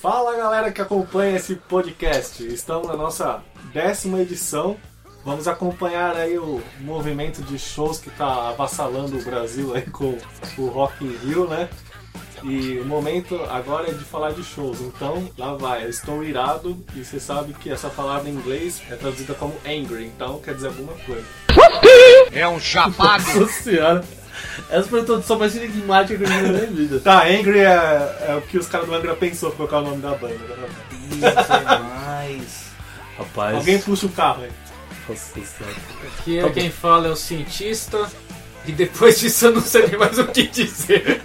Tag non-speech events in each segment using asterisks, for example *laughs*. Fala galera que acompanha esse podcast, estamos na nossa décima edição. Vamos acompanhar aí o movimento de shows que está avassalando o Brasil aí com o Rock in Rio, né? E o momento agora é de falar de shows, então lá vai. Eu estou irado e você sabe que essa palavra em inglês é traduzida como angry, então quer dizer alguma coisa. É um chapado. Nossa senhora. Essa foi a introdução mais enigmática que eu já vi na minha vida. Tá, angry é, é o que os caras do Angra pensou pra colocar o nome da banda. né? demais. Rapaz. Alguém puxa o carro aí. Nossa senhora. Aqui é quem fala é o cientista. E depois disso eu não sei nem mais o que dizer.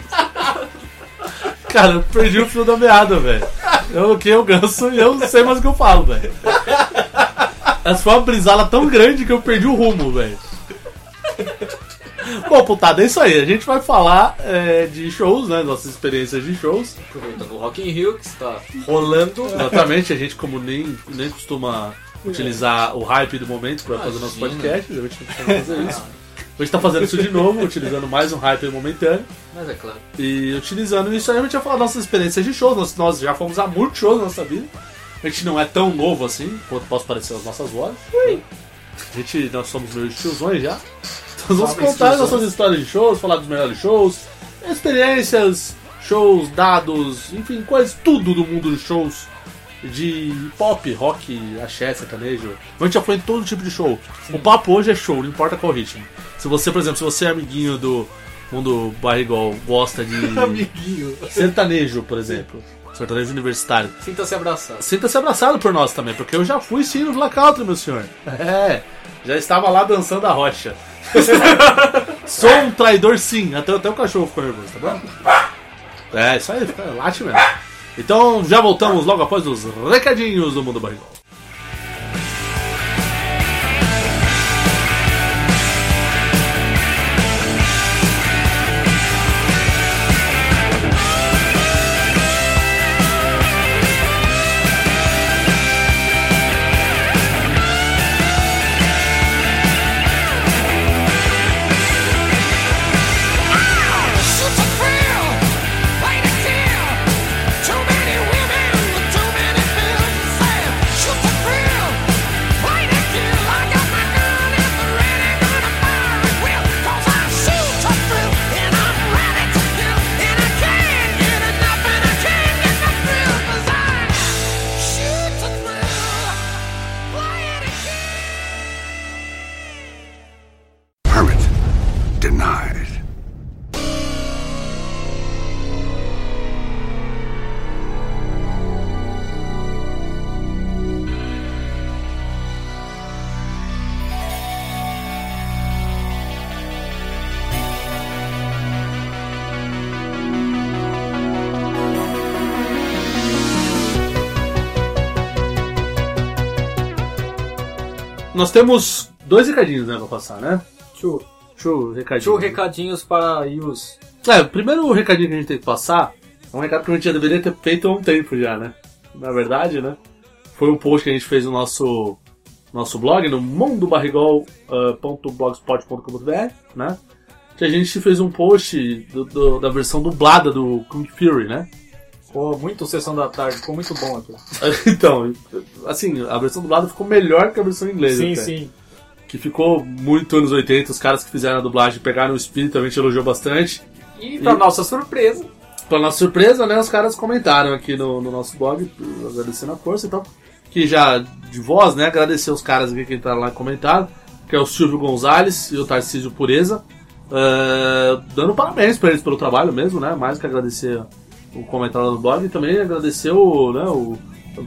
Cara, eu perdi o fio da meada, velho. Eu que eu ganso e eu não sei mais o que eu falo, velho. Essa foi uma brisada tão grande que eu perdi o rumo, velho. Bom, putada, é isso aí. A gente vai falar é, de shows, né? Nossas experiências de shows. Aproveitando o Rock in Rio, que está rolando. Exatamente, a gente, como nem, nem costuma utilizar o hype do momento pra fazer nosso Imagina. podcast, a gente não costuma fazer *laughs* isso. A gente tá fazendo isso de novo, utilizando mais um hype momentâneo. Mas é claro. E utilizando isso aí, a gente vai falar nossas experiências de shows. Nós, nós já fomos a muitos shows na nossa vida. A gente não é tão novo assim, quanto posso parecer as nossas vozes. A gente, nós somos meio tiozões já. Então vamos Jovens contar tiozões. nossas histórias de shows, falar dos melhores shows, experiências, shows, dados, enfim, quase tudo do mundo dos shows. De pop, rock, axé, sertanejo. A gente já foi em todo tipo de show. O papo hoje é show, não importa qual ritmo. Se você, por exemplo, se você é amiguinho do mundo barrigol, gosta de. Amiguinho. Sertanejo, por exemplo. Sertanejo universitário. Sinta-se abraçado. Sinta-se abraçado por nós também, porque eu já fui sim no Vila Country, meu senhor. *laughs* É, já estava lá dançando a rocha. *laughs* Sou um traidor sim, até, até o cachorro ficou nervoso, tá bom? É, isso aí, fica- late mesmo. Então já voltamos logo após os recadinhos do Mundo Barrigol. Permit denied. Nós temos dois recadinhos, né, pra passar, né? Tchu. Tchu, recadinho. Tchu, um recadinhos para Yus. É, o primeiro recadinho que a gente tem que passar é um recado que a gente já deveria ter feito há um tempo já, né? Na verdade, né? Foi um post que a gente fez no nosso, nosso blog, no eh, mundobarrigol.blogspot.com.br, né? Que a gente fez um post do- do- da versão dublada do Kung Fury, né? *laughs* Pô, muito sessão da tarde, ficou muito bom aqui. Então, assim, a versão dublada ficou melhor que a versão inglesa. Sim, até sim. que ficou muito anos 80, os caras que fizeram a dublagem pegaram o espírito, a gente elogiou bastante. E pra E- nossa surpresa, Pra nossa surpresa, né, os caras comentaram aqui no, no nosso blog, agradecendo a força e tal, que já de voz, né, agradecer os caras aqui que entraram lá e comentaram, que é o Silvio Gonzalez e o Tarcísio Pureza, ah, dando parabéns pra eles pelo trabalho mesmo, né, mais que agradecer o comentário lá no blog e também agradecer o, né, o...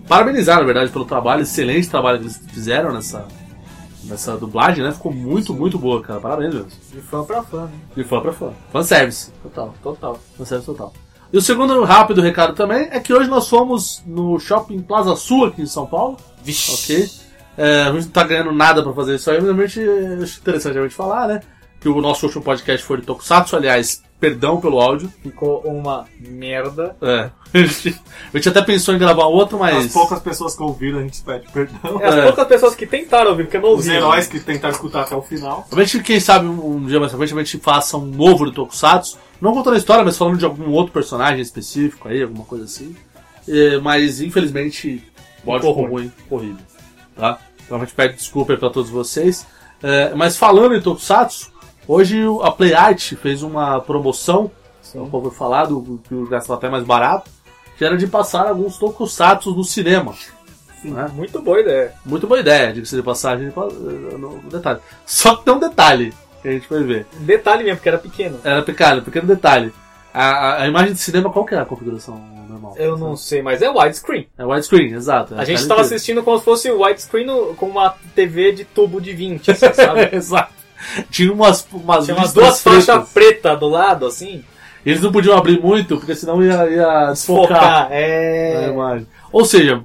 Parabenizar, na verdade, pelo trabalho, excelente trabalho que eles fizeram nessa, nessa dublagem, né, ficou muito, muito boa, cara, parabéns mesmo. de fã pra fã, né? De fã pra fã. Fanservice. Total, total. Fanservice total. E o segundo rápido recado também é que hoje nós fomos no Shopping Plaza Sul aqui em São Paulo, Vixe. ok? É, a gente não tá ganhando nada pra fazer isso aí, mas realmente é, acho interessante a gente falar, né? Que o nosso último podcast foi de Tokusatsu, aliás, perdão pelo áudio. Ficou uma merda. É. *laughs* A gente, a gente até pensou em gravar um outro, mas. As poucas pessoas que ouviram, a gente pede perdão. É, as É. poucas pessoas que tentaram ouvir, porque não Os ouviram. heróis que tentaram escutar até o final. Talvez, quem sabe, um um dia mais pra frente a gente faça um novo do Tokusatsu. Não contando a história, mas falando de algum outro personagem específico aí, alguma coisa assim. eh, mas infelizmente o áudio ficou ruim, corrido. Tá? Então a gente pede desculpa aí pra todos vocês. Eh, mas falando em Tokusatsu, hoje o- a PlayArt fez uma promoção, um pouco falado, que o gasto até mais barato, que era de passar alguns Tokusatsu no cinema. né? Muito boa é. ideia. Muito boa ideia, diga-se de passagem, pa- eh, no no detalhe. Só que tem um detalhe que a gente vai ver. Detalhe mesmo, porque era pequeno. Era picado, pequeno detalhe. A, a- a imagem de cinema, qual que é a configuração normal? Eu não sei, mas é widescreen. É widescreen, exato. é A gente tela estava inteira. assistindo como se fosse o widescreen no- com uma TV de tubo de 20, assim, *laughs* *laughs* sabe? Exato. Tinha umas, umas, Tinha umas listras duas faixas pretas. pretas do lado, assim. Eles não podiam abrir muito, porque senão ia, ia desfocar Focar. a É. imagem. Ou seja,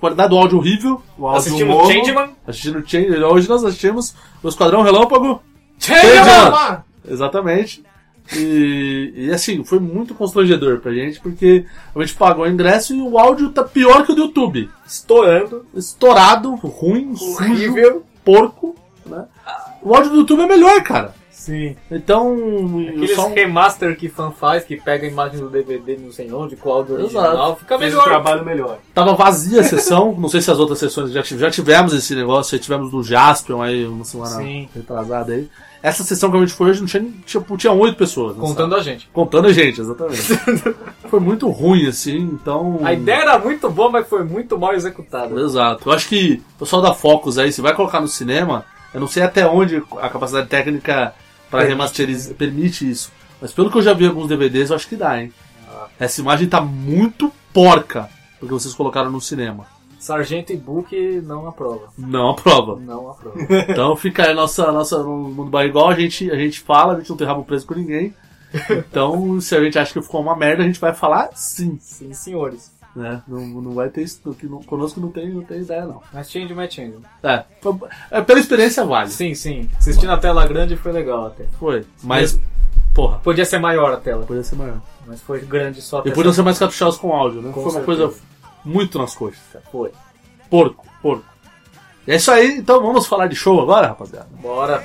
qualidade do áudio horrível. O áudio Assistimos novo. Changeman. Assistindo Change. Hoje nós assistimos o Esquadrão Relâmpago. Changeman! Exatamente. E, e, assim, foi muito constrangedor pra gente, porque a gente pagou o ingresso e o áudio tá pior que o do YouTube. Estourando. Estourado, ruim, sujo, Horrível. porco. Né? O áudio do YouTube é melhor, cara. Sim. Então, Aqueles só um- remaster que fã faz, que pega a imagem do DVD, não sei onde, com o áudio original. Fica Fez melhor. um trabalho melhor. Tava vazia a sessão, não sei se as outras sessões já, tive- já tivemos esse negócio, já tivemos do Jaspion aí uma semana Sim. retrasada aí. Essa sessão que a gente foi hoje não tinha, tinha, tinha oito pessoas. na Contando sala. a gente. Contando a gente, *laughs* exatamente. foi muito ruim, assim, então. A ideia era muito boa, mas foi muito mal executada. Exato. Eu acho que o pessoal da Focus aí, se vai colocar no cinema, eu não sei até onde a capacidade técnica para remasterizar permite isso. Mas pelo que eu já vi em alguns DVDs, eu acho que dá, hein? Essa imagem tá muito porca porque vocês colocaram no cinema. Sargento e Book não aprova. Não *laughs* aprova. Não aprova. Então fica aí nossa, nossa no mundo barrigol, a gente, a gente fala, a gente não tem rabo preso com ninguém. Então, se a gente acha que ficou uma merda, a gente vai falar sim, Sim, senhores. né? Não, não vai ter isso, que não- conosco não tem, não tem ideia, não. Mas Changeman é Changeman. É, foi- é, pela experiência vale. Sim, sim. Assistir na tela grande foi legal até. Foi. Mas, porra, Podia ser maior a tela, podia ser maior. mas foi grande só a E podiam ser mais caprichados com áudio, né? Foi Com uma certeza. coisa muito nas coisas. cara. Foi. Porco, porco. É isso aí, então vamos falar de show agora, rapaziada. Bora.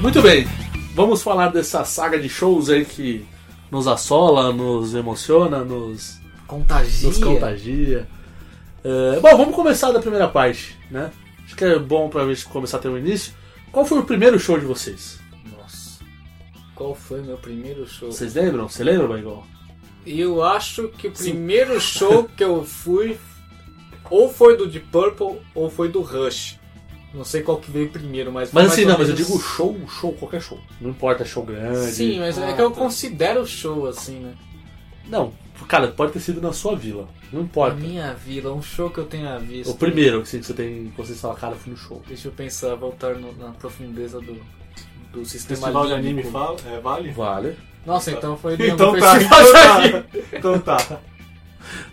Muito bem, vamos falar dessa saga de shows aí que nos assola, nos emociona, nos, Contagia. nos contagia. É, bom, vamos começar da primeira parte, né? Acho que é bom pra gente começar até o início. Qual foi o primeiro show de vocês? Nossa. Qual foi meu primeiro show? Vocês lembram? Você lembra, Baigol? Eu acho que o primeiro show que eu fui ou foi do Deep Purple ou foi do Rush. Não sei qual que veio primeiro, mas. foi Mas mais assim, ou não, mas eu menos- digo show, show, qualquer show. Não importa show grande. Sim, mas é que Ah, tá. eu considero show assim, né? Não, cara, pode ter sido na sua vila. Não A importa. minha vila, um show que eu tenha visto. O primeiro assim, que você tem, que você fala, cara, eu fui no show. Deixa eu pensar, voltar no- na profundeza do, do sistema Festival de anime límbico. fala, é, vale? Vale. Nossa, então *laughs* foi do Então mesmo tá, festival de anime. então tá. Então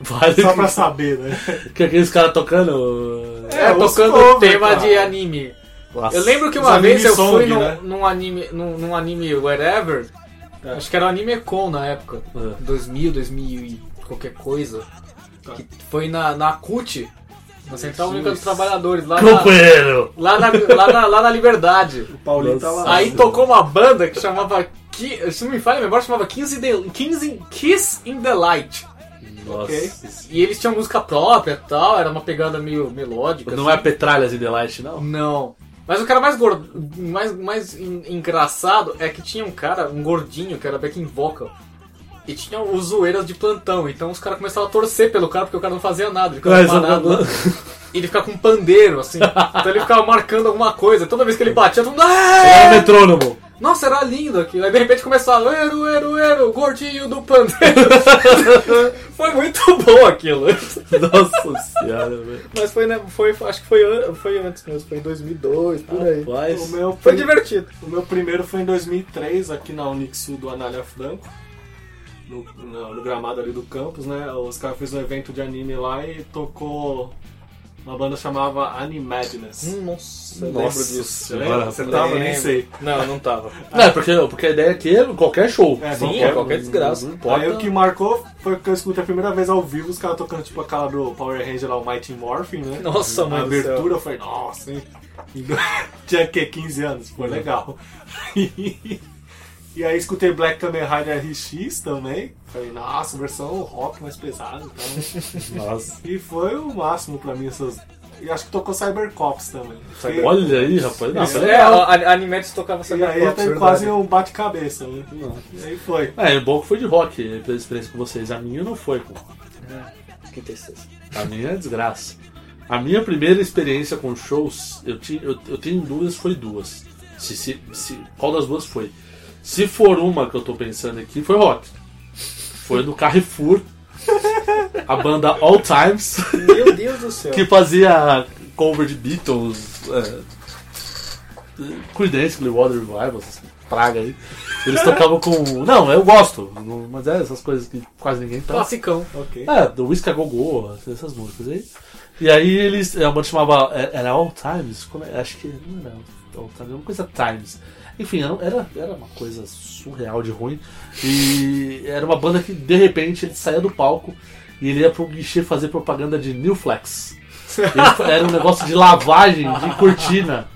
Vale. tá. Só pra saber, né? Que aqueles caras tocando. É, os tocando o cover, tema cara. de anime. Nossa. Eu lembro que Os uma anime vez eu song, fui num, né? num anime, num, num anime whatever, acho que era o AnimeCon na época, É. 2000, 2000 e qualquer coisa, que foi na, na CUT, na Central Única dos Trabalhadores, lá na, Companheiro! lá, na, lá, na, lá na Liberdade. O Paulinho tá lá. Aí tocou uma banda que chamava, qui- se não me falha a memória, chamava 15 de, 15 Kiss in the Light. Nossa. Ok. E eles tinham música própria e tal, era uma pegada meio melódica. assim. Não é Petralhas e Delight, não? Não. Mas o cara mais gordo, mais, mais en- engraçado é que tinha um cara, um gordinho, que era backing vocal. E tinha É, os zoeiras de plantão, então os caras começaram a torcer pelo cara porque o cara não fazia nada, ele ficava Mas, parado. eu- E ele ficava com um pandeiro, assim. então ele ficava marcando alguma coisa. Toda vez que ele batia, todo mundo. "Aê!" *laughs* É o metrônomo. Nossa, era lindo aquilo. Aí de repente começava, ero, ero, ero, gordinho do pandeiro. *laughs* foi muito bom aquilo. Nossa senhora, velho. Mas foi, né, foi, acho que foi, an- foi antes mesmo, foi em 2002, por aí. O Rapaz. meu, Foi prim- divertido. o meu primeiro foi em 2003, aqui na Unixu do Anália Franco. No, no- no gramado ali do campus, né? Os caras fizeram um evento de anime lá e tocou uma banda chamava Animadness. Nossa, Nossa Você senhora. lembra? Você tava? Nem Lembro. sei. Não, não tava. Não, é porque, porque a ideia aqui é qualquer show. É, Sim, qualquer- é qualquer desgraça. Não importa. Aí o que marcou foi que eu escutei a primeira vez ao vivo os caras tocando tipo aquela do Power Ranger lá, o Mighty Morphin, né? Nossa, A mano. do céu. abertura, eu falei, nossa, hein? *laughs* Tinha que 15 anos, foi legal. *laughs* e aí escutei Black Kamen Rider RX também. Falei, nossa, versão rock mais pesada e tal. *laughs* né? Nossa. E foi o máximo pra mim essas. E acho que tocou Cybercops também. E- Olha aí, rapaz. Não, Isso é, É, a, a Animatis tocava essa E aí Cyberpunk, até verdade. quase um bate-cabeça, né? E aí foi. é, bom que foi de rock, pela experiência com vocês. A minha não foi, pô. Que tristeza. A minha é desgraça. A minha primeira experiência com shows, eu, tinha, eu, eu tenho duas, foi duas. Se, se, se- qual das duas foi? Se for uma que eu tô pensando aqui, foi rock. Foi no Carrefour, a banda All Times, *laughs* Meu Deus do céu. que fazia cover de Beatles, é, Creedence, Clearwater Revival, essas praga aí. Eles tocavam com... Não, eu gosto, não- mas é essas coisas que quase ninguém toca. Classicão. Ok. É, do Whisky a Gogô, essas músicas aí. E aí eles. A banda chamava. é, Era All Times? Como é? Acho que não era All Times, era uma coisa Times. Enfim, era, era- era uma coisa surreal de ruim. E era uma banda que de repente ele saía do palco e ele ia pro guichê fazer propaganda de New Flex. Ele fa- era um negócio de lavagem de cortina.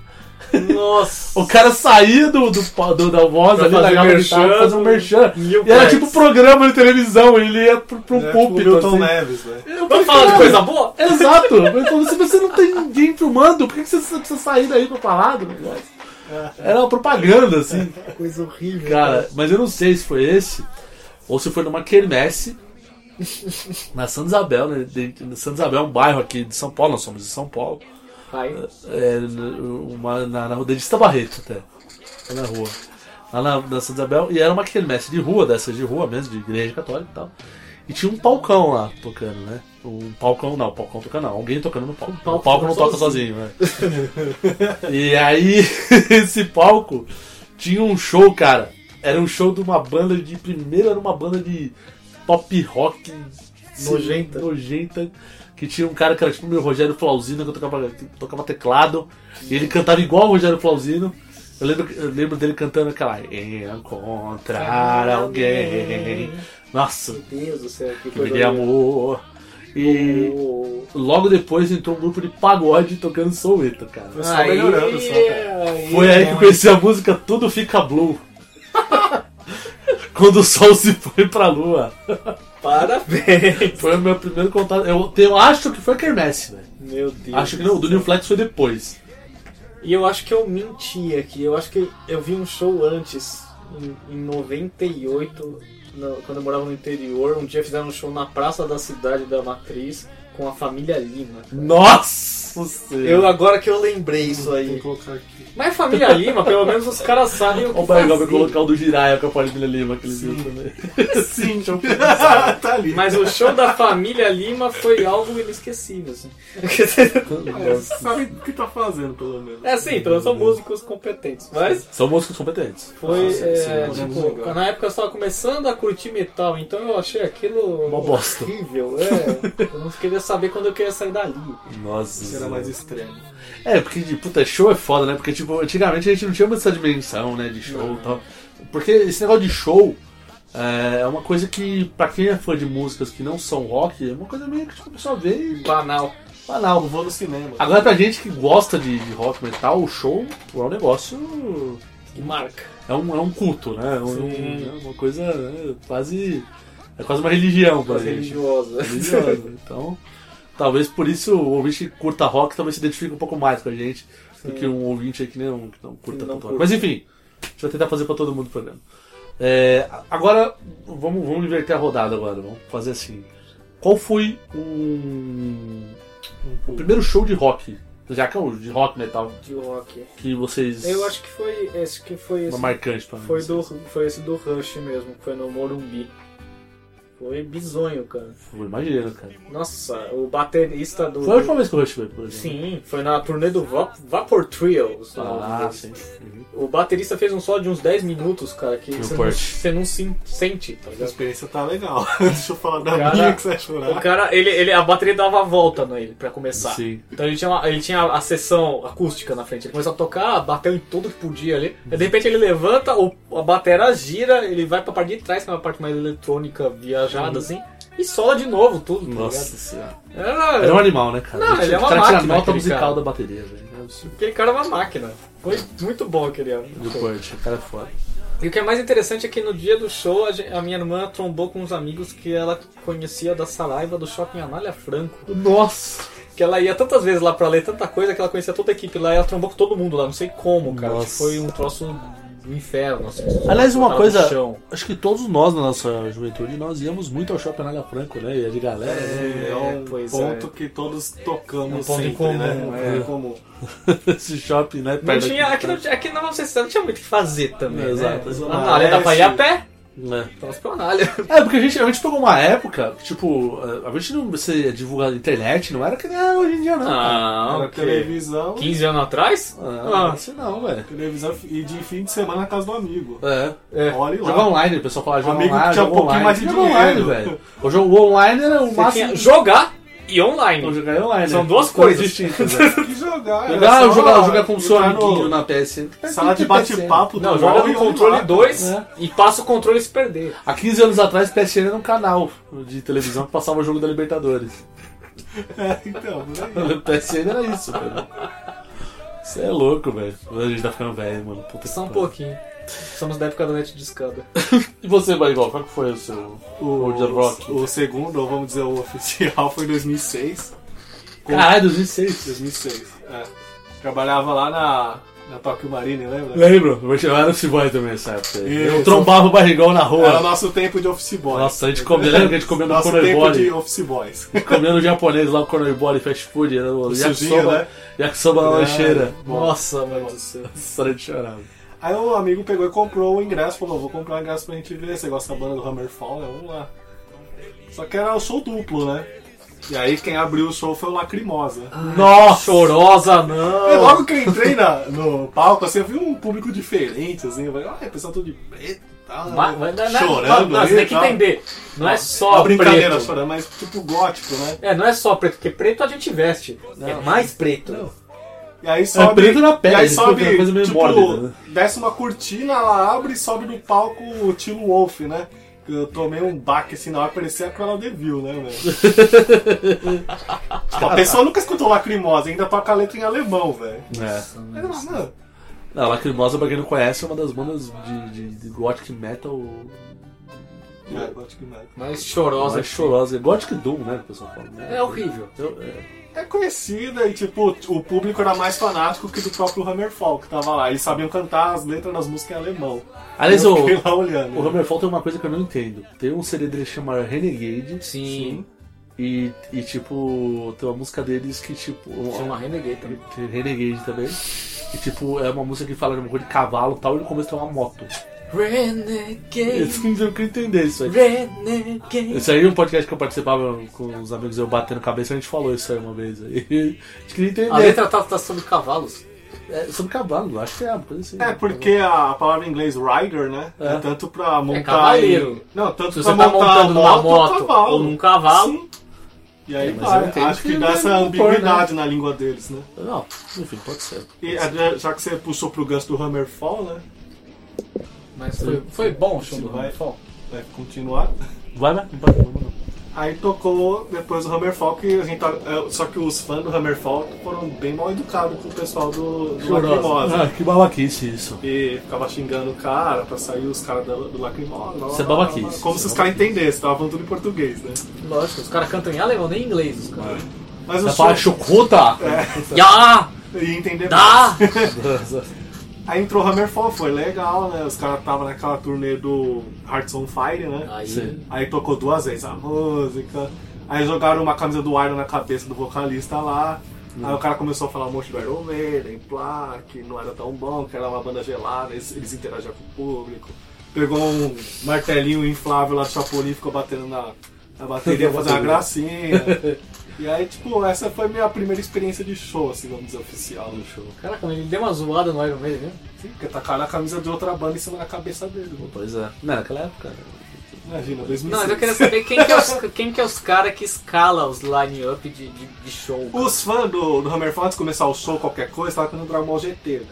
Nossa. O cara saía do, do, pa- do- da voz Pra ali, da fazer guitarra, merchan pra fazer um do merchan. New E era Flex. tipo um programa de televisão, ele ia pro, Tá É, pro um tipo o púlpito. Milton assim. Neves, né? Eu falei, Vamos falar de "Caralho, coisa boa? Exato! Ele falou assim, você não tem ninguém filmando, por que que você precisa sair daí pra falar do negócio? Era uma propaganda, assim. Coisa horrível. Cara, mas eu não sei se foi esse, ou se foi numa quermesse na Santa Isabel, né? De- de- Santa Isabel é um bairro aqui de São Paulo, nós somos de São Paulo. Aí, É, uma, na, na rodedista Barreto até. Foi Na rua. Lá na, na Santa Isabel. E era uma quermesse de rua, dessas de rua mesmo, de igreja católica e tal. E tinha um palcão lá tocando, né? Um palcão, não, palcão tocando não. Alguém tocando no palco. o palco não toca sozinho, né? *laughs* e aí, *laughs* esse palco tinha um show, cara. Era um show de uma banda de. Primeiro era uma banda de pop rock. Nojenta. Nojenta. Que tinha um cara que era tipo meu Rogério Flauzino, que tocava, que tocava teclado. E ele cantava igual o Rogério Flauzino. Eu lembro, que- eu lembro dele cantando aquela. Encontrar alguém. Nossa, meu Deus do céu. Que que me coisa dê horrível. amor. E Oh. logo depois entrou um grupo de pagode tocando Soweto, cara. Foi só melhorando só, cara. Foi aí que eu conheci a música Tudo Fica Blue. *laughs* Quando o sol se foi pra lua. Parabéns. Foi o meu primeiro contato. Eu, tenho- acho que foi a né? Kermesse, velho. Meu Deus. Acho que não, o do New Flex foi depois. E eu acho que eu menti aqui. Eu acho que eu vi um show antes, em, em 98, na- quando eu morava no interior. Um dia fizeram um show na Praça da Cidade da Matriz com a família Lima. Nossa Eu Senhora! agora que eu lembrei isso Tem que aí. colocar aqui. Mas família Lima, pelo menos os caras sabem o O que assim. Barigol vai fazer. colocar o do Jiraya com a Paulinha Lima, aquele né? dia também. Sim, tinha um tá ali. Mas o show da família Lima foi algo inesquecível, assim. *laughs* Você sabe o que tá fazendo, pelo menos. É assim, então são músicos competentes, mas São músicos competentes. Foi, Nossa, é, esse é um tipo, jogo legal. na época eu estava começando a curtir metal, então eu achei aquilo Uma bosta. horrível, é. Eu não queria saber quando eu queria sair dali. Nossa Isso era Senhora. mais extremo. É, porque, de- puta, show é foda, né? Porque, tipo, antigamente a gente não tinha muita essa dimensão, né, de show e tal. Porque esse negócio de show é é uma coisa que, pra quem é fã de músicas que não são rock, é uma coisa meio que tipo, a pessoa vê e Banal. Eu banal. vou no cinema. Agora, pra gente que gosta de, de rock metal, o show é um negócio. Que marca. É um, é um culto, né? É, um- Sim. é uma coisa né, quase. É quase uma religião pra Mas gente. *laughs* religiosa. Religiosa. *laughs* Então, talvez por isso o ouvinte que curta rock talvez se identifique um pouco mais com a gente do que um ouvinte aí que não, que não curta Não tanto rock. curte. Mas enfim, deixa eu tentar fazer pra todo mundo o programa. É, agora, vamos, vamos inverter a rodada agora. Vamos fazer assim. Qual foi um, Um o primeiro show de rock, já que é um de rock metal, de rock. que vocês. Eu acho que foi esse que foi Uma esse. marcante pra mim. Foi, do, foi esse do Rush mesmo, que foi no Morumbi. Foi bizonho, cara. Eu imagino, cara. Nossa, o baterista do. Foi a última vez que eu Rush veio, por exemplo. Sim, foi na turnê do Va- Vapor Trio. Ah, sim. Uhum. O baterista fez um solo de uns 10 minutos, cara, que você não, Porte. você não se sente, tá A ligado? experiência tá legal. *laughs* Deixa eu falar da Cara, minha que você vai O chorar. cara, ele, ele, a bateria dava a volta nele pra começar. Sim. Então ele tinha, uma- ele tinha a sessão acústica na frente. Ele começou a tocar, bateu em tudo que podia ali. Aí, de repente ele levanta, o, a batera gira, ele vai pra parte de trás, que é uma parte mais eletrônica, viajada assim, e sola de novo tudo, tá Uhum. Nossa ligado? senhora. Era- Era um animal, né, cara? Não, ele é uma o cara máquina, tira a nota aquele musical cara. da bateria, velho. É um absurdo. Aquele cara é uma máquina. Foi muito bom aquele ano. Do Purge, o cara é foda. E o que é mais interessante é que no dia do show a, gen- a minha irmã trombou com uns amigos que ela conhecia da Saraiva do shopping Anália Franco. Nossa! Que ela ia tantas vezes lá pra ler tanta coisa que ela conhecia toda a equipe lá e ela trombou com todo mundo lá, não sei como, cara. Nossa. Tipo, foi um troço do inferno, assim. Aliás, uma botaram no coisa- chão. Acho que todos nós na nossa juventude nós íamos muito ao Shopping Anália Franco, né? Ia de galera. né? *laughs* É, é um pois ponto é. que todos tocamos É um ponto em sempre, comum, né? Um é. ponto em comum. Esse shopping, né? Não perto tinha, daqui aqui, não, tinha- aqui na nossa cidade não tinha muito o que fazer também. né? Exato, Ah, é Zona Anália dá pra ir a pé? Né? Então pra Anália. É, porque a gente, a gente pegou uma época, que, tipo, a gente não se divulga na internet, não era que nem é hoje em dia, não. Ah. cara. Não, Era o quê? televisão, 15 anos atrás? Ah, Ah. assim não, velho. televisão e de fim de semana na casa do amigo. É. É. Olha lá. Jogar online, o pessoal fala jogar Amigo que online. tinha um joga pouquinho online. mais de Joga online, dinheiro. velho. O jogo o online era o Você tinha máximo. jogar e online. Eu jogar online. São né? duas coisas. distintas. né? *laughs* Que jogar, era Jogar, só jogar, jogar com o seu entrar no É amiguinho na PSN. Sala de bate-papo né? do Não, joga UOL com e o olha controle lá. 2 É. e passa o controle se perder. Há 15 anos atrás, PSN era um canal de televisão que passava o jogo da Libertadores. *laughs* *laughs* É, então, por aí. O PSN era isso, velho. Você é louco, velho. A gente tá ficando velho, mano. Puta que Só um pariu. pouquinho. Somos da época da net de escada. E você, Barigol, qual que foi o seu. O The Rock. o segundo, ou vamos dizer o oficial, foi em 2006. Com- Caralho, 2006. 2006, é. Trabalhava lá na, na Tokyo Marine, lembra? Lembro, eu era office boy também nessa época. aí. Isso. Eu trombava o barrigol na rua. Era nosso tempo de office boy. Nossa, a gente comia, lembra que a gente comia no Nosso tempo de Conoibori? office *laughs* boys. Comia no japonês lá, o Conoibori Fast Food, era o sujinho, yakisoba, né? yakisoba na lancheira. Nossa, mano do céu. História de chorava. Aí o amigo pegou e comprou o ingresso, falou, vou comprar um ingresso pra gente ver, você gosta da banda do Hammerfall, né? Vamos lá. Só que era o show duplo, né? E aí quem abriu o show foi o Lacrimosa. Ah. Nossa! Chorosa não! Aí logo que eu entrei na- no palco, assim, eu vi um público diferente, assim, eu falei, ah, é pessoal todo de preto e tal, Mas- né? mas- mas- chorando. mas aí tem e que tal. entender. Não é Uma só brincadeira preto. chorando, mas tipo gótico, né? É, não é só preto, porque preto a gente veste. É mais preto. E aí sobe. É preto na pele, e aí isso foi uma sobe. coisa meio tipo, mórbida, né? desce uma cortina, ela abre e sobe no palco o Tilo Wolf, né? Eu tomei um baque assim na hora, parecia a Cruella de Vil, né, velho? *laughs* tipo, a pessoa nunca escutou Lacrimosa, ainda toca a letra em alemão, velho. É. Aí, nossa, mano, Não, Lacrimosa, pra quem não conhece, é uma das bandas de, de, de gothic metal é, gótico demais. Mais chorosa. mais chorosa. Gothic Doom, né, que o pessoal fala. né? É horrível. Eu- é. É conhecida e, tipo, o público era mais fanático que do próprio Hammerfall, que tava lá. Eles sabiam cantar as letras das músicas em alemão. Aliás, eu o, fiquei lá olhando. o Hammerfall tem uma coisa que eu não entendo. Tem um CD dele chamado Renegade. Sim. E, e, tipo, tem uma música deles que, tipo. Sou uma renegade também. Tem Renegade também. E tipo, é uma música que fala de uma coisa de cavalo e tal, e no começo tem uma moto. Renegade. Isso que *laughs* eu queria entender isso aí. Renegade. Isso aí é um podcast que eu participava com os amigos eu batendo cabeça, a gente falou isso aí uma vez. Aí. *laughs* A gente queria entender. A letra tá, tá sobre cavalos. É sobre cavalo, eu acho que é uma coisa assim. É, porque a palavra em inglês rider, né? É, É. tanto pra montar. em- cavaleiro. Não, tanto Se pra você tá montar montando a numa moto, ou moto cavalo. ou num cavalo. Sim. E aí, É, mas vai. eu entendo acho que que dá um essa não né? impor, ambiguidade na língua deles, né? Não, enfim, pode ser. E a- já que você puxou pro gancho do Hammerfall, né? Mas foi, foi bom o show do Vai. Hammerfall. Vai continuar. Vai, né? Não pode, não pode, não. Aí tocou depois o Hammerfall, que a gente tá, é, Só que os fãs do Hammerfall foram bem mal educados com o pessoal do, do Lacrimosa. Ah, que babaquice isso. E ficava xingando o cara pra sair os caras do, do Lacrimosa. blá, blá, Isso é blá, blá, babaquice. blá. Como se os caras entendessem, tava falando tudo em português, né? Lógico, os caras cantam em alemão, nem em inglês. Os caras. Mas Essa o fala show, chucuta! Ya! Eu ia entender Da! mais. Aí entrou Hammerfall, foi legal, né? Os caras estavam naquela turnê do Hearts on Fire, né? Ah, Aí. Sim. Aí tocou duas vezes a música. Aí jogaram uma camisa do Iron na cabeça do vocalista lá. Hum. Aí o cara começou a falar um monte do Iron Maiden, plá, que não era tão bom, que era uma banda gelada, eles, eles interagiam com o público. Pegou um martelinho inflável lá do Chapolin e ficou batendo na, na *laughs* bateria, fazendo uma gracinha. E aí, tipo, essa foi minha primeira experiência de show, assim, vamos dizer, oficial no show. Caraca, mas ele deu uma zoada no Iron Maiden, né? Sim, porque tacaram a camisa de outra banda em cima da cabeça dele. mano. Pois é. Não, naquela época. um Imagina, Não, 2006. mas eu queria saber quem que é os, *laughs* quem que é os caras que escala os line-up de, de, de show. Os fãs do, do Hammerfall, antes de começar o show, qualquer coisa, tava querendo Dragon Ball GT, né?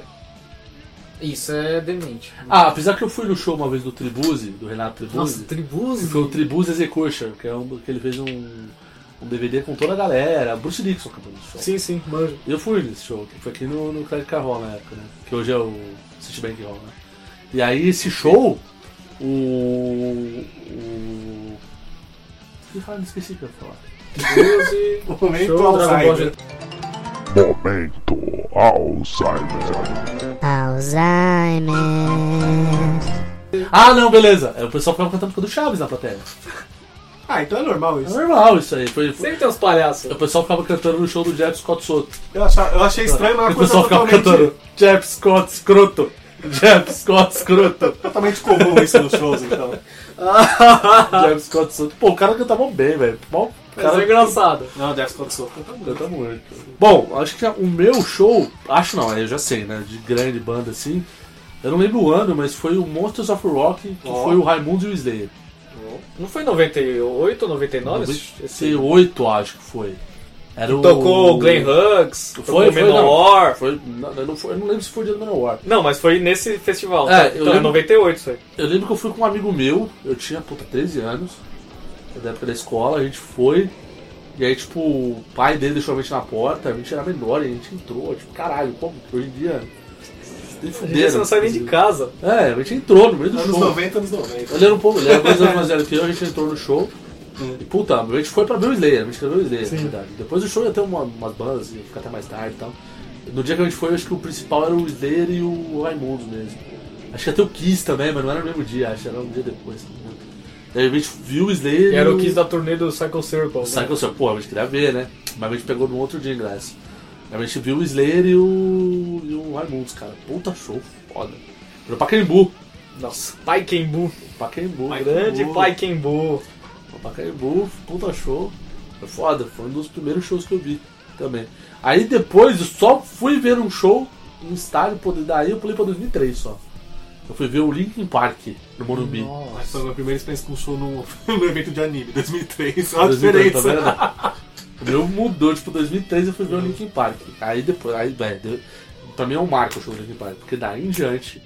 Isso é demente. Ah, apesar que eu fui no show uma vez do Tribuzzi, do Renato Tribuzzi. Nossa, Tribuzzi. Foi o Tribuzzi Execution, que, é um, que ele fez um, um DVD com toda a galera. Bruce Dixon é acabou no show. Sim, sim, manjo. Eu fui nesse show, que foi aqui no, no Credit Card Hall na época, né? Que hoje é o Citibank Hall, né? E aí esse show, o. o... O que eu ia falar? Não esqueci o que eu ia falar. *laughs* Cruze, Momento show Dragon Ball Alzheimer. GT. Momento Alzheimer. Alzheimer. Ah, não, beleza. Aí O pessoal ficava cantando música do Chaves na plateia. Ah, então é normal É isso. normal isso aí. Foi, foi- Sempre tem uns palhaços. O pessoal ficava cantando no show do Jeff Scott Soto. Eu, achava- eu achei estranho, mas é uma E o coisa pessoal ficava totalmente, cantando Jeff Scott Scroto. Jeff *laughs* Scott Scroto. totalmente comum isso nos shows, então. Jeff Scott Soto. Pô, o cara cantava bem, velho. Mal- o Mas é cara engraçado. Não, Death Squad Soul canta muito. tá canta muito. Bom, acho que o meu show, acho não, eu já sei, né? De grande banda assim. Eu não lembro o ano, mas foi o Monsters of Rock, que Ó. foi o Raimundo e o Slayer. Não foi em 98 ou 99? esse- é Esse 8, acho que foi. Era o... Tocou o Glenn Hughes, Foi, tocou o foi, Menor. Foi, não, não foi, eu não lembro se foi o dia do Manowar. Não, mas foi nesse festival. É, eu É, então é lembro- 98 isso aí. Eu lembro que eu fui com um amigo meu, eu tinha, puta, 13 anos, da época da escola, a gente foi, e aí, tipo, o pai dele deixou a gente na porta, a gente era menor, e a gente entrou, tipo, caralho, como que hoje em dia... nem A fuderam. gente não sai nem de casa. É, a gente entrou no meio do Anos show. 90, anos 90. Ele era um pouco, ele era *laughs* dois anos mais velho que eu, a gente entrou no show. E puta, a gente foi pra ver o Slayer, a gente queria ver o Slayer, na verdade. Depois do show ia ter uma, umas bandas, ia ficar até mais tarde e tal. No dia que a gente foi, eu acho que o principal era o Slayer e o Raimundo mesmo. Acho que até o Kiss também, mas não era no mesmo dia, acho que era um dia depois. né? E aí a gente viu o Slayer E era o e Kiss da turnê do Cycle Circle. né? Sabe que eu sei, pô, a gente queria ver, né? Mas a gente pegou no outro dia ingresso. A gente viu o Slayer e o. e o Raimundos, cara. Puta show, foda. Era o Pacaembu. Nossa, Pai Kenbu. Pacaembu, Grande Pacaembu. Pai Kenbu. O Pacaembu, puta show. Foi foda, foi um dos primeiros shows que eu vi também. Aí depois eu só fui ver um show em estádio, pô, daí eu pulei pra 2003 só. Eu fui ver o Linkin Park no Morumbi. Mas foi a minha primeira experiência com um show num, *laughs* num evento de anime, 2003. Olha a 2003 tá diferença. também era da- tá *laughs* O meu mudou, tipo, 2003 eu fui ver o Linkin Park. Aí depois, aí, velho, deu- pra mim é um marco o show do Linkin Park, porque daí em diante,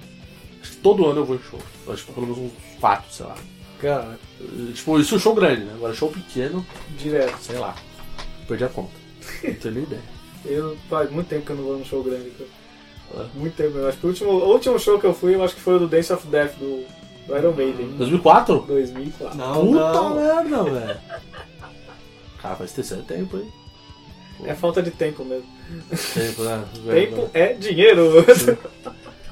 acho que todo ano eu vou em show. Eu acho que pelo menos uns 4, sei lá. Cara, Eh, Tipo, isso é um show grande, né? Agora show pequeno, Direto. sei lá. Perdi a conta. Não tenho nem ideia. Eu faz muito tempo que eu não vou num show grande, cara. É. Muito tempo. Eu acho que o último, o último show que eu fui, eu acho que foi o do Dance of Death do, do Iron Hum. Maiden, 2004? 2004. Não, Puta não. merda, velho. *laughs* Cara, faz terceiro tempo, hein? É falta de tempo mesmo. Tempo, né? Tempo é dinheiro.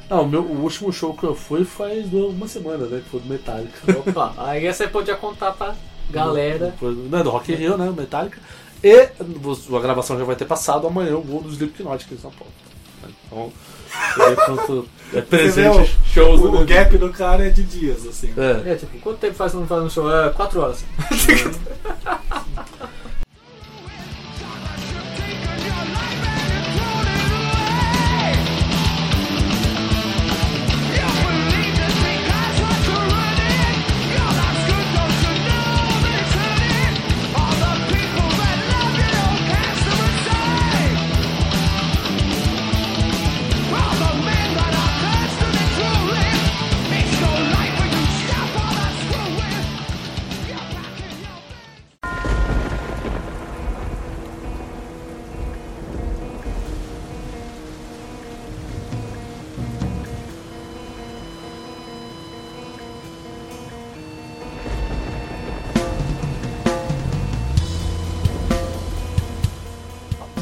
Não, o, meu, o último show que eu fui faz duas- uma semana, né? Que foi do Metallica. *laughs* opa, aí você podia contar pra *laughs* galera. Foi, né, do Rock in Rio, né? Metallica. E vos- a gravação já vai ter passado amanhã o gol do Slipknot aqui em São Paulo. Então, é, quanto, é presente Você shows O, o gap do cara é de dias, assim. É. É, tipo, quanto tempo faz que você não faz um show? É, quatro horas.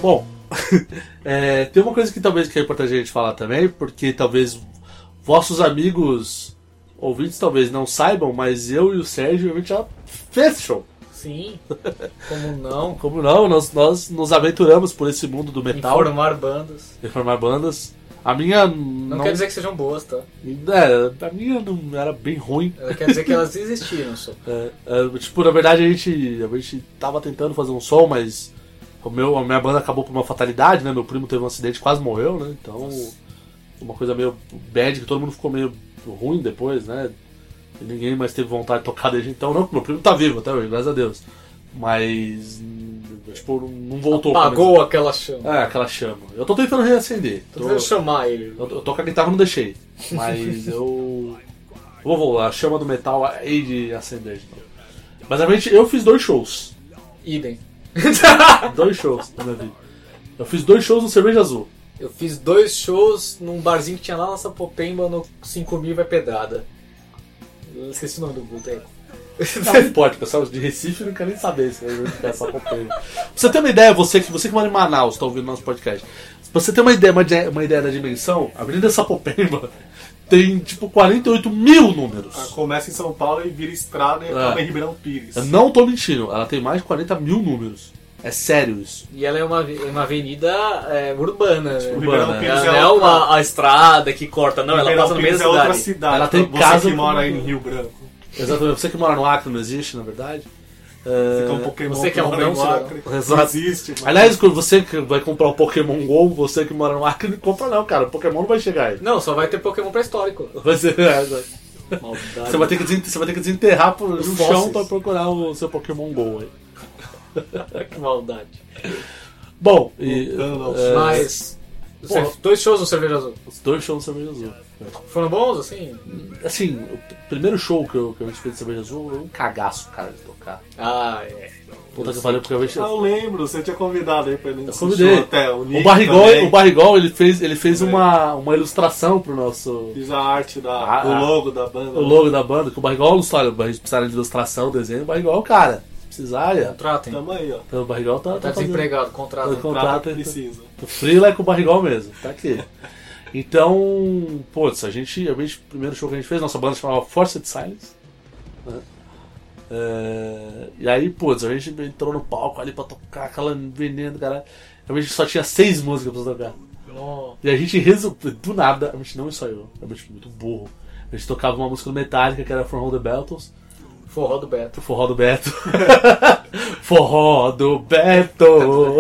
Bom, *laughs* é, tem uma coisa que talvez que é importante a gente falar também, porque talvez vossos amigos ouvintes talvez não saibam, mas eu e o Sérgio a gente já fez show. *laughs* Sim. Como não? Como não? Nós, nós nos aventuramos por esse mundo do metal, Informar bandas. reformar bandas. A minha não, Não, quer dizer que sejam boas, tá? É, a minha não era bem ruim. Ela quer dizer que *laughs* elas existiram só. É, é, tipo, na verdade a gente, a gente tava tentando fazer um som, mas o meu, a minha banda acabou por uma fatalidade, né? Meu primo teve um acidente, quase morreu, né? Então, uma coisa meio bad, que todo mundo ficou meio ruim depois, né? E ninguém mais teve vontade de tocar desde então. Não, que meu primo tá vivo até hoje, graças a Deus. Mas, tipo, não- não voltou. pra mim. Pagou aquela chama. É, aquela chama. Eu tô tentando reacender. Ah, Tô tentando chamar ele. Eu, eu toco a guitarra, não deixei. Mas eu. eu Vou, vou, a chama do metal hei de acender de novo. Basicamente, eu fiz dois shows. Idem. *laughs* Dois shows na minha vida. Eu fiz dois shows no Cerveja Azul. Eu fiz dois shows num barzinho que tinha lá na Sapopemba no 5000 vai pedrada. Eu esqueci o nome do boteco. Não pode, pessoal de Recife não quer nem saber se vai ficar essa companhia. Pra você ter uma ideia, você que, você que mora em Manaus, tá ouvindo nosso podcast. Pra você ter uma ideia, uma, ide- uma ideia da dimensão, a Avenida Sapopemba *laughs* tem tipo 48 mil números. Ah, Começa em São Paulo e vira estrada É. e acaba em Ribeirão Pires. Eu não tô mentindo, ela tem mais de 40 mil números. É sério isso. E ela é uma, ave- uma avenida é, urbana, O né? Ribeirão Urbana, Pires é, Ela não é outra- uma a estrada que corta, não, ela Ribeirão passa no meio Pires da é outra cidade. cidade. Ela tem Você casa que com- mora aí em Rio Branco. Exatamente, você que mora no Acre não existe, na verdade. É, Então, Pokémon você que é um mora em não, Acre, Exato. não existe. Mas... Aliás, quando você que vai comprar o Pokémon GO, você que mora no Acre, não compra não, cara. O Pokémon não vai chegar aí. Não, só vai ter Pokémon pré-histórico. Vai ser- é, exato. Maldade. você, vai ter que desen- você vai ter que desenterrar por, no fósseis. chão pra procurar o seu Pokémon GO aí. Que maldade. Bom, e, Voltando ao é, Mas. Pô. você- dois shows no Cerveja Azul. os dois shows do Cerveja Azul. Foram bons, assim? Assim, o p- primeiro show que eu, que eu fiz de Cerveja Azul, eu um cagaço, cara, de tocar. Ah, é. Puta que eu falei, porque eu Ah, eu lembro, você tinha convidado aí pra ele Eu convidei. até. O, O Nick também, Barrigol, o Barrigol ele fez, ele fez Também. uma, uma ilustração pro nosso Fiz a arte da, Ah, do ah. logo da banda. o logo da banda, que o Barrigol não sabe, eles precisaram de ilustração, desenho, o Barrigol, cara, precisar, já. Contratem. Tamo aí, ó. Então, o Barrigol tá, Tá tá fazendo desempregado, contratem. Contratem. Contrato Contrato, *laughs* precisa. o Freela é com o Barrigol mesmo, tá aqui. Então, putz, a gente, a gente, o primeiro show que a gente fez, nossa banda chamava Forced Silence, né? É, e aí, putz, a gente entrou no palco ali pra tocar aquela veneno, cara. A gente só tinha seis músicas pra tocar. Nossa. E a gente resolveu, do nada, a gente não ensaiou, a gente foi muito burro. A gente tocava uma música do Metallica que era From All the Battles, Forró do Beto. forró do Beto. *laughs* forró do Beto!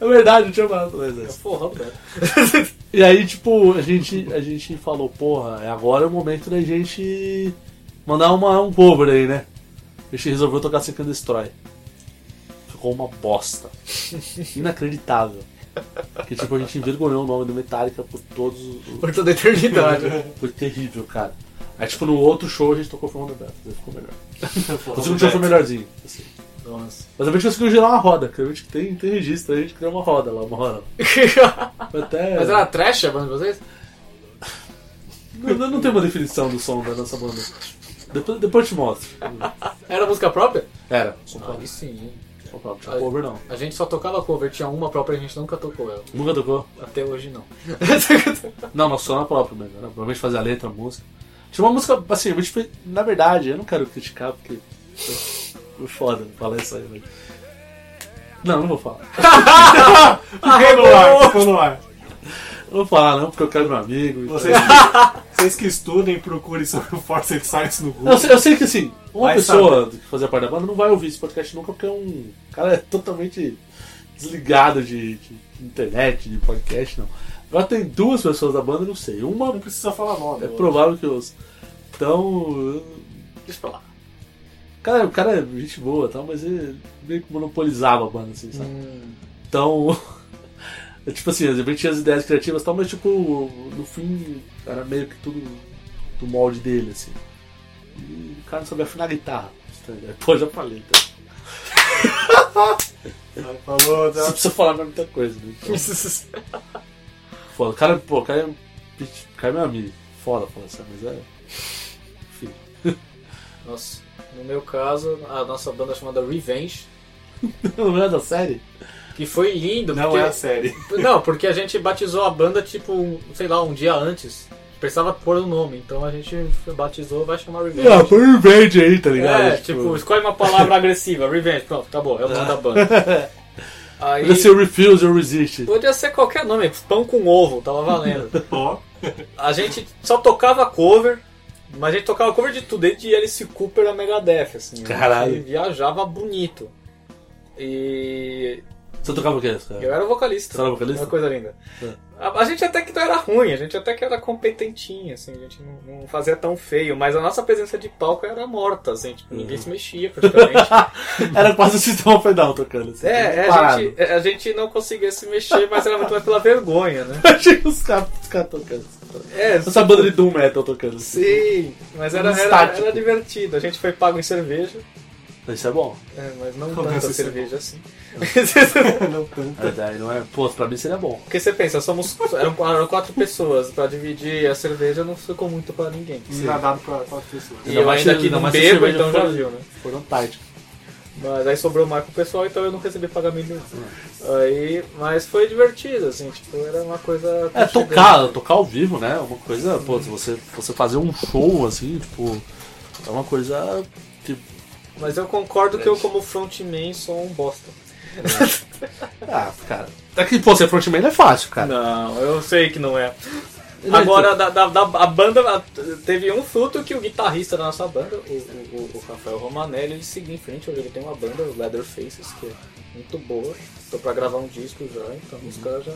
É verdade, não tinha mais coisa. Forró do Beto. E aí, tipo, a gente, a gente falou, porra, é agora é o momento da gente mandar uma, um cover aí, né? A gente resolveu tocar Second Destroy. Ficou uma *laughs* bosta. Inacreditável. Que tipo, a gente envergonhou o nome do Metallica por todos os. Por toda *laughs* a eternidade. Foi terrível, cara. Aí, tipo, no outro show a gente tocou Fernando Beto, daí ficou *laughs* melhor. O segundo show foi melhorzinho. assim. Nossa. Mas a gente conseguiu gerar uma roda, que a gente tem, tem registro, a gente criou uma roda lá, uma hora. Foi Até... Mas era trash a banda de vocês? não, não- não tem uma definição do som da nossa banda. Depois, depois eu te mostro. Era música própria? Era, som Aí próprio. sim. Som próprio, tinha cover não. A gente só tocava cover, tinha uma própria, a gente nunca tocou ela. Nunca tocou? Até hoje *laughs* não. Não, nosso som era próprio mesmo, era provavelmente fazer a letra, a música. Tinha uma música, assim, a gente fez- na verdade, eu não quero criticar porque... Foi foda falar isso aí, mas... Não, não vou falar. Ah, Ficou no ar, ficou no ar. Não vou falar não, porque eu quero meu amigo. então- Vocês, *laughs* vocês que estudem, procurem sobre o Forced Science no Google. Eu sei, eu sei que assim, uma Vai pessoa que fazia parte da banda não vai ouvir esse podcast nunca, porque é um cara é totalmente desligado de, de internet, de podcast, não. Agora tem duas pessoas da banda, não sei. Uma Não precisa falar nome. é provável que eu ouça. Então. eu- Deixa pra lá. O cara, o cara é gente boa e tal, mas ele meio que monopolizava a banda, assim, sabe? Então. *laughs* é tipo assim, a gente tinha as ideias criativas e tal, mas tipo, no fim era meio que tudo do molde dele, assim. E o cara não sabia afinar a guitarra. pra você ter uma ideia. *laughs* Pô, já falei, então. Aí Falou, Você tá? precisa falar mais muita coisa, né? Então, foda. O cara, pô, o cara é. um pitch- O cara é meu amigo. Foda falar assim, mas é. Enfim. *laughs* Nossa. No meu caso, a nossa banda chamada Revenge, Não é da série? que foi lindo. Não é a porque... *laughs* série. Não, porque a gente batizou a banda, tipo, um- sei lá, um dia antes. precisava pôr o nome, então a gente batizou vai chamar Revenge. Ah, põe o verde aí, tá ligado? é, tipo, escolhe uma palavra agressiva, Revenge, pronto, acabou, é o nome da banda. *laughs* Aí, Podia ser Refuse ou Resist. podia ser qualquer nome, pão com ovo, tava valendo. *laughs* Ó, A gente só tocava cover, mas a gente tocava cover de tudo, desde Alice Cooper a Megadeth, assim. Caralho. Ele viajava bonito. E Você tocava o que, cara? eu era o vocalista. Você era o vocalista? Uma coisa linda. É. A, a gente até que não era ruim, a gente até que era competentinho, assim, a gente não, não fazia tão feio, mas a nossa presença de palco era morta, assim, tipo, ninguém Uhum. se *laughs* mexia praticamente. Era quase o Sistema Pedal tocando. Assim, é, é, a parado. *laughs* gente, é, a gente não conseguia se mexer, mas era muito mais pela vergonha, né? Achei os caras os caras tocando. É, Essa banda de Doom Metal tocando. assim. sim, mas era, era, Estático. era divertido, a gente foi pago em cerveja. Isso é bom. É, mas não Como tanta assim? cerveja assim. *laughs* *laughs* não tanto. É, daí não é. Pô, pra mim seria bom. Porque você pensa, somos eram, eram quatro pessoas, pra dividir a cerveja não ficou muito pra ninguém. Não dado pra quatro pessoas. E Ainda eu mais ainda se- aqui ainda não mais se a bebo, cerveja então já for- viu, né? Foram Antártico. Mas aí sobrou mais pro pessoal, então eu não recebi pagamento nenhum. É. Aí, mas foi divertido, assim, tipo, era uma coisa... É, tocar, tocar ao vivo, né? Uma coisa, pô, se você, você fazer um show assim, tipo. É uma coisa. Tipo, Mas eu concordo que eu como frontman sou um bosta. ah, cara. É que, pô, ser frontman é fácil, cara. Não, eu sei que não é. Agora, da, da- da- a banda a- teve um fruto que o guitarrista da nossa banda, o, o- o- o Rafael Romanelli, ele seguiu em frente. Hoje ele tem uma banda, o Leather Faces, que é muito boa. Tô pra gravar um disco já, então os caras já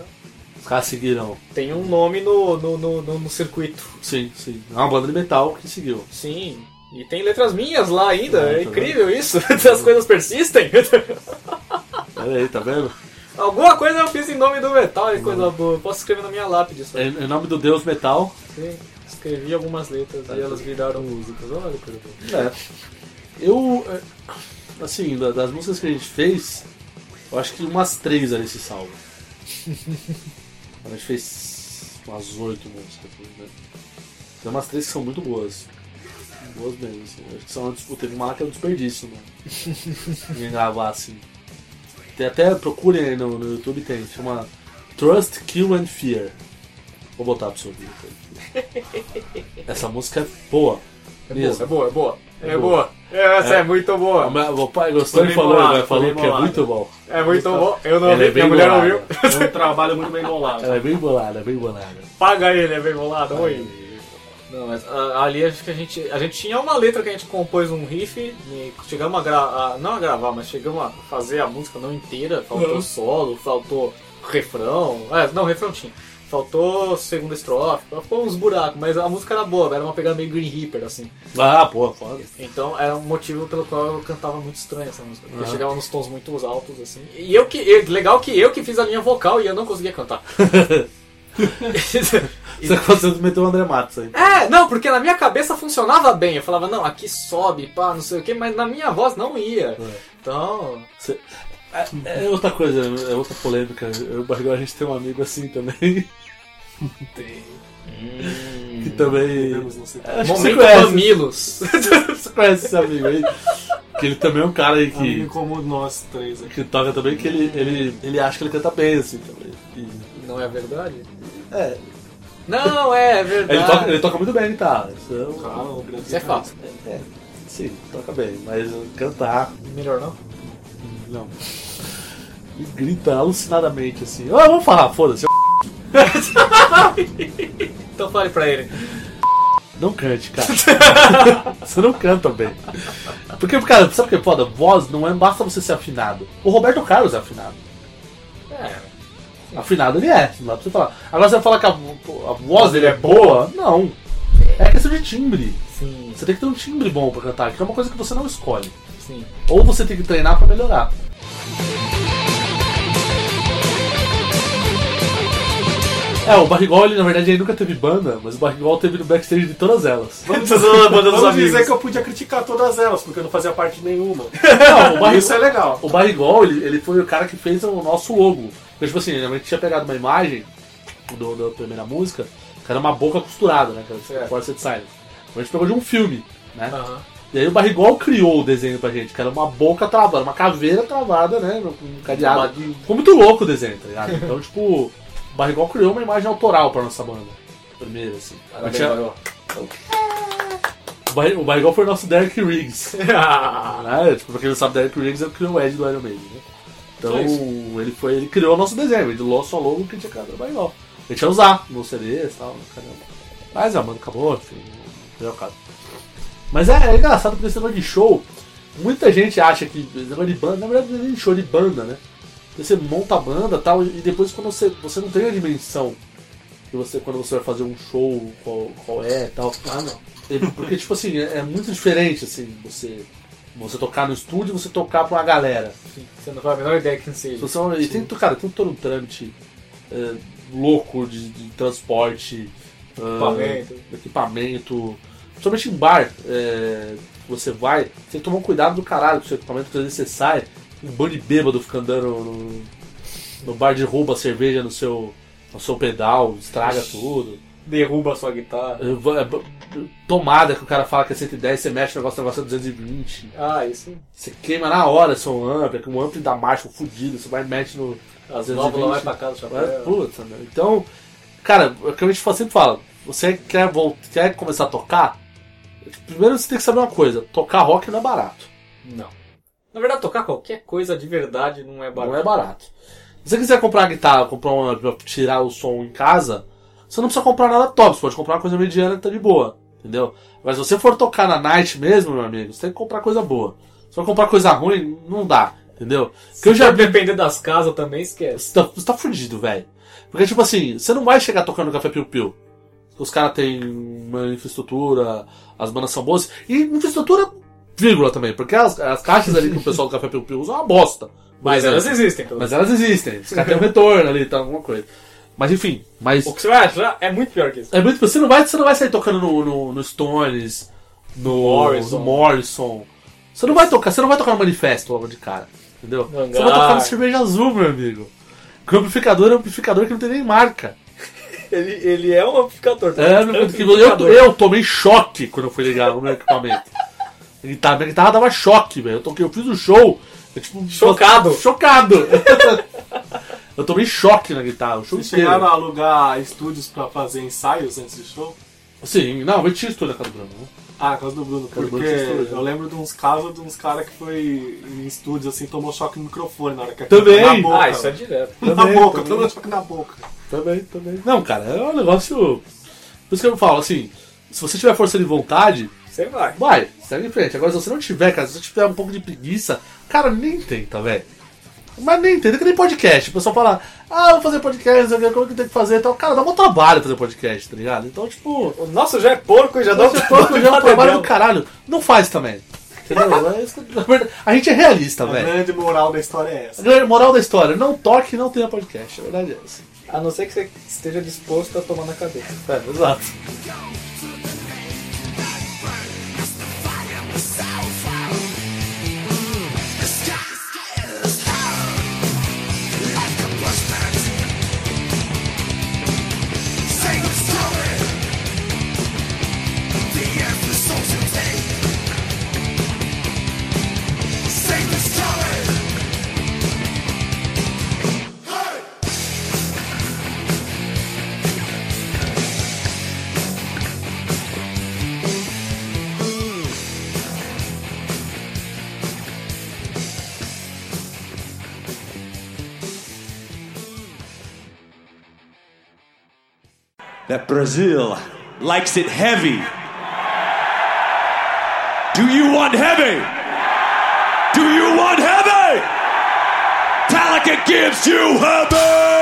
Os caras seguiram. tem um nome no, no, no, no- no circuito. Sim, sim. É uma banda de metal que seguiu. Sim. E tem letras minhas lá ainda, Ah, é tá incrível isso, *laughs* as coisas persistem. *laughs* Olha aí, tá vendo? Alguma coisa eu fiz em nome do metal, é coisa boa. Eu Posso escrever na minha lápide isso aí. Em, em nome do Deus Metal. Sim, Escrevi algumas letras e elas viraram músicas. Olha que É. legal. Eu. é, Assim, da- das músicas que a gente fez, eu acho que umas três ali se *laughs* salvam. a gente fez umas oito músicas. Né? Tem umas três que são muito boas. Boas mesmo. Assim. Eu Acho que são um dispu- Teve uma lá que é um desperdício, mano. *laughs* Ninguém gravar assim. Tem até, procurem aí no, no YouTube, tem. Chama Trust, Kill and Fear. Vou botar pra você ouvir. *laughs* Essa música é boa. É mesmo. boa, é boa, é boa. É, É boa. É, Essa é. muito Ah, boa. mas O pai gostou e Foi falou, bolado, né? Falou foi que é bolado. muito bom. É muito boa. Eu não Ela é ouvi, bem minha mulher não bolada. ouviu. É um trabalho muito bem bolado. Ela é bem bolada, é bem bolada. *laughs* Paga ele, é bem bolado. Oi. Não, mas a- ali acho que a gente, a gente tinha uma letra que a gente compôs um riff, e chegamos a, gra a não a gravar, mas chegamos a fazer a música não inteira, faltou solo, faltou refrão, é, não, refrão tinha, faltou segunda estrofe, ficou uns buracos, mas a música era boa, era uma pegada meio Green Reaper, assim. Ah, pô, foda. Então era um motivo pelo qual eu cantava muito estranho essa música. Porque chegava nos tons muito altos, assim. E eu que. e- legal que eu que fiz a linha vocal e eu não *laughs* conseguia cantar. *laughs* Isso aconteceu com meteu o André Matos aí. é, não, porque na minha cabeça funcionava bem. Eu falava, não, aqui sobe, pá, não sei o que, mas na minha voz não É. ia. Então. Cê- É, é outra coisa, é outra polêmica. Eu e o Barrigol, a gente tem um amigo assim também. *laughs* que também. Temos, não sei. Acho que você Momento conhece, Mamilos. *laughs* *laughs* você conhece esse amigo aí. Que ele também é um cara aí Um Amigo que, como nós três aqui. que toca também, que ele, ele, ele acha que ele canta bem assim também. E- Não é verdade? é, Não, é ele, toca, verdade. ele toca muito bem a guitarra. Isso é, um- Ah, o grande Isso é fato. é, sim, toca bem, mas cantar. Melhor não? Não. E grita alucinadamente assim. Ah, vamos falar, foda-se. Então fale pra ele. Não cante, cara. você não canta bem. Porque, cara, sabe o que é foda? Voz não é basta você ser afinado. O Roberto Carlos é afinado. É. Afinado ele é, não dá pra você falar. Agora você vai falar que a, vo- a voz dele é boa? Não. É questão de timbre. Sim, Você tem que ter um timbre bom pra cantar, que é uma coisa que você não escolhe. sim. Ou você tem que treinar pra melhorar. É, o Barrigol, ele, na verdade, ele nunca teve banda, mas o Barrigol teve no backstage de todas *laughs* elas. Vamos, Toda a banda dos vamos dizer amigos. que eu podia criticar todas elas, porque eu não fazia parte de *laughs* nenhuma. Não, o Isso é Barrigol, legal. o Barrigol, ele, ele foi o cara que fez o nosso logo. Porque, tipo assim, a gente tinha pegado uma imagem do, da primeira música, que era uma boca costurada, né? Que era Certo. Forced Silence. A gente pegou de um filme, né? Aham. E aí o Barrigol criou o desenho pra gente, que era uma boca travada, uma caveira travada, né? Com um cadeado. Ficou muito louco o desenho, tá ligado? Então, tipo, o Barrigol criou uma imagem autoral pra nossa banda. primeiro, assim. Parabéns, Tinha- Barão. O Bar- O Barrigol foi o nosso Derek *laughs* Riggs. né? Tipo, pra quem não sabe, Derek Riggs é o que criou o Ed do Iron Maiden, né? Então, É ele, foi, ele criou o nosso desenho, ele lo- só logo que tinha cara do Barrigol. Ele tinha usar nos CDs e tal, né, caramba. Mas, ah, mano, acabou, enfim, não deu caso. Mas é, é engraçado porque esse negócio de show, muita gente acha que esse negócio de banda, na verdade, não é nem show de banda, né? Você monta a banda e tal, e depois quando você, você não tem a dimensão que você, quando você vai fazer um show, qual, qual é e tal. Ah, não. Ele- Porque, tipo assim, é é muito diferente, assim, você, você tocar no estúdio e você tocar pra uma galera. Você não faz a menor ideia quem Se seja. você é um- e tem, cara, tem todo um trâmite é, louco de, de transporte, ah, Equipamento. equipamento. Principalmente em bar, é, você vai, você tem que tomar um cuidado do caralho com o seu equipamento, porque às vezes você sai, um bando de bêbado fica andando no, no bar de rouba a cerveja no seu, no seu pedal, estraga tudo. Derruba a sua guitarra. É, va- é, ba- Tomada que o cara fala que é 110, você mexe o negócio, o negócio é 220. Ah, isso. Você queima na hora seu ampli, que um ampli da marcha fudido, você vai e mexe no. As 220. válvulas vai pra casa do Vai, chapéu. É, puta, meu. Então, cara, é o que a gente fa- sempre fala, você quer, vol- quer começar a tocar? Primeiro você tem que saber uma coisa, tocar rock não é barato. Não. Na verdade, tocar qualquer coisa de verdade não é Não barato. é barato. Se você quiser comprar uma guitarra, comprar uma, pra tirar o som em casa, você não precisa comprar nada top, você pode comprar uma coisa mediana que tá de boa, entendeu? Mas se você for tocar na night mesmo, meu amigo, você tem que comprar coisa boa. Se for comprar coisa ruim, não dá, entendeu? Se Porque eu já for depender das casas também, esquece. Você tá, você tá fudido, velho. Porque, tipo assim, você não vai chegar tocando Café Piu Piu. Os caras têm uma infraestrutura, as bandas são boas. E infraestrutura, vírgula também. Porque as, as caixas ali que o pessoal do Café Piu Piu usa é uma bosta. Mas Por exemplo. elas existem, pelo menos. é. Mas elas existem. Os caras têm um retorno ali, tá, alguma coisa. Mas enfim, mas... O que você vai achar é muito pior que isso. É muito, você, não vai, você não vai sair tocando no, no, no Stones, no Morrison. Morrison. no Morrison. Você não vai tocar, você não vai tocar no manifesto logo de cara, entendeu? No Você vai tocar hangar. no cerveja azul, meu amigo. Que o amplificador é um amplificador que não tem nem marca. Ele, ele é um amplificador. tá? É, eu, eu, eu tomei choque quando eu fui ligar o meu equipamento. A guitarra, minha guitarra dava choque, velho. Eu, toquei- eu fiz o show. eu, tipo, Chocado. Chocado! *laughs* eu tomei choque na guitarra, o show Vocês inteiro. chegaram a alugar estúdios pra fazer ensaios antes do show? Sim, não, eu tinha estudo na casa do Bruno. né? Ah, na casa do Bruno, Casa do porque Bruno tinha estourado, né? eu lembro de uns casos de uns caras que foi em estúdios assim, tomou choque no microfone na hora que Também! na boca. Ah, isso é direto. na Também, boca, também. tomou choque na boca. Também, também. Não, cara, é um negócio. Por isso que eu falo, assim, se você tiver força de vontade, Você vai. vai, segue em frente. Agora, se você não tiver, cara, se você tiver um pouco de preguiça, cara, nem tenta, velho. Mas nem tenta, que nem podcast. O pessoal fala, ah, vou fazer podcast, não sei o quê, como é que tem que fazer e tal. Cara, dá um trabalho fazer podcast, tá ligado? Então, tipo, O nosso já é porco e já dá Nossa, um porco já é um trabalho do cara. caralho. Não faz também. *laughs* Entendeu? É isso que- na verdade, A gente é realista, A velho. grande moral da história é essa. A grande moral da história, não toque e não tenha podcast. A verdade é essa. A não ser que você esteja disposto a tomar na cabeça. É, exato. that Brazil likes it heavy. Do you want heavy? Do you want heavy? Talica gives you heavy!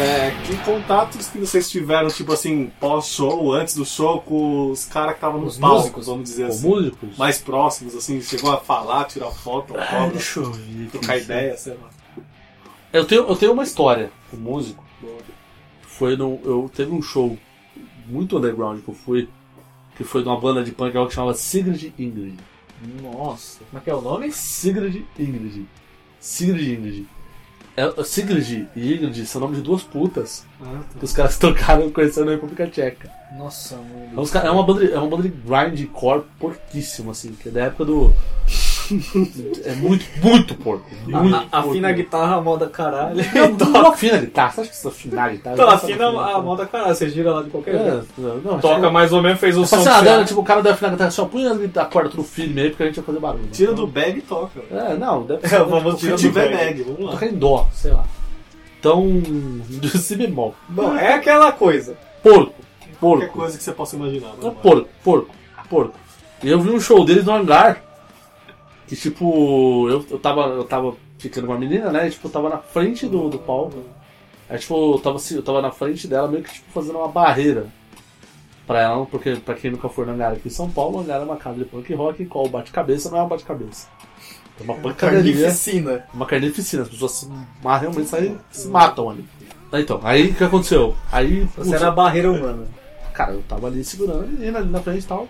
É, que contatos que vocês tiveram, tipo assim, pós-show, antes do show, com os caras que estavam nos Os palcos, músicos. vamos dizer Pô, assim. músicos. Mais próximos, assim, chegou a falar, tirar foto, Ah, autógrafo, deixa eu ver. trocar ideia, sei lá. Eu tenho, eu tenho uma história com músico. Foi no, eu teve um show muito underground que eu fui, que foi de uma banda de punk rock que chamava Sigrid Ingrid. Nossa, como é que é o nome? Sigrid e Ingrid. Sigrid e Ingrid. É, Sigrid e Ingrid são nomes de duas putas Ah, tá. que os caras *laughs* tocaram conhecendo na República Tcheca. Nossa, mano. É, uns ca- é uma banda, de- é uma banda de grindcore porquíssimo, assim, que é da época *laughs* do. é muito, muito porco. Muito A- a- Afina a guitarra mal da caralho. *laughs* *laughs* Não, não afina a guitarra, tá, você acha que é isso afina a guitarra? Então, Não, afina a mal da caralho, você gira lá de qualquer jeito. É, não, não, Toca mais um ou menos, fez o Eu som. falei que assim, ah, você- dela, tipo, o cara deve ficar guitarra, só punha a corda tudo firme aí, porque a gente ia fazer barulho. né? Tira do bag e toca. *laughs* É, não, deve É, vamos Se tirar do tiver pé. bag, vamos lá. tocar em dó, sei lá. Então, *laughs* de si bemol. Bom, é aquela coisa. Porco, Qualquer porco. coisa que você possa imaginar. né, Não, vamos lá. porco, porco, porco. E eu vi um show deles no hangar, que tipo, eu, eu tava, eu tava ficando com uma menina, né, e, tipo, eu tava na frente do, do palco. Aí, tipo, eu tava, assim, eu tava na frente dela, meio que, tipo, fazendo uma barreira. Pra ela, porque pra quem nunca for no Angara aqui em São Paulo, Angara é uma casa de punk rock, qual o bate-cabeça não é um bate-cabeça. É uma pancadaria. Carnificina. uma carnificina, as pessoas se, ma- realmente saem, se matam ali. Aí, Então, aí o que aconteceu? Aí, Você é putz, era a barreira humana. cara, eu tava ali segurando a menina ali na frente e tal.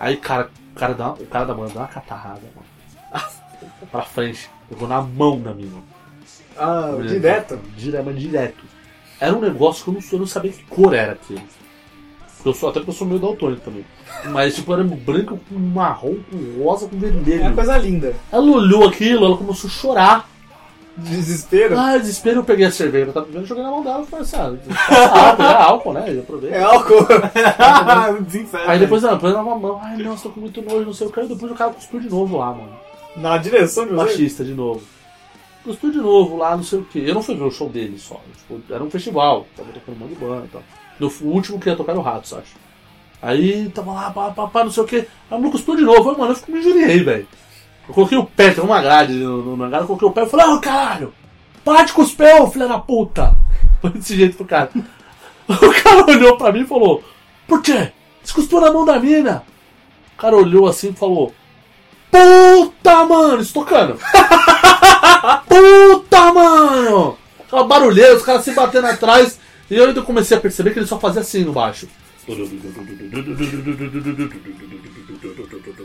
Aí, cara, o cara, dá, o cara da banda dá uma catarrada, mano. *laughs* pra frente, pegou na mão da menina. Ah, direto. Direto, mas direto. Era um negócio que eu não, eu não sabia que cor era aquilo. Porque Eu sou, até porque eu sou meio daltônico também. Mas, tipo, era branco com marrom, com rosa, com É uma vermelho. coisa linda. Ela olhou aquilo, ela começou a chorar. Desespero. Ah, desespero, eu peguei a cerveja que eu tava bebendo, joguei na mão dela e falei assim, ah, *laughs* álcool, é álcool, né? Eu aproveito. É *laughs* álcool. Ah, *laughs* desinferno. Tá Aí depois ela depois ela uma mão, ai nossa, tô com muito nojo, não sei o que, e depois o cara cuspiu de novo lá, mano. Na direção de você. Baixista de novo. Cuspiu de novo lá, não sei o que. Eu não fui ver o show dele só, tipo, era um festival, tava tocando um monte de banda e tal. Eu fui- O último que ia tocar era o Ratos, acho. Aí tava lá, pá, pá, pá, não sei o que. Aí o maluco cuspiu de novo, Aí, mano, eu fico me injuriei, velho. Eu coloquei o pé, tem uma grade no, no, na grade, eu coloquei o pé e falei, ah, caralho, para de cuspir, ô filha da puta. *laughs* Foi desse jeito pro cara. *laughs* O cara olhou pra mim e falou, por quê? Você cuspiu na mão da mina. O cara olhou assim e falou, puta, mano, isso tocando. puta, mano. Aquela barulheira, os caras se batendo atrás. E eu ainda comecei a perceber que ele só fazia assim no baixo.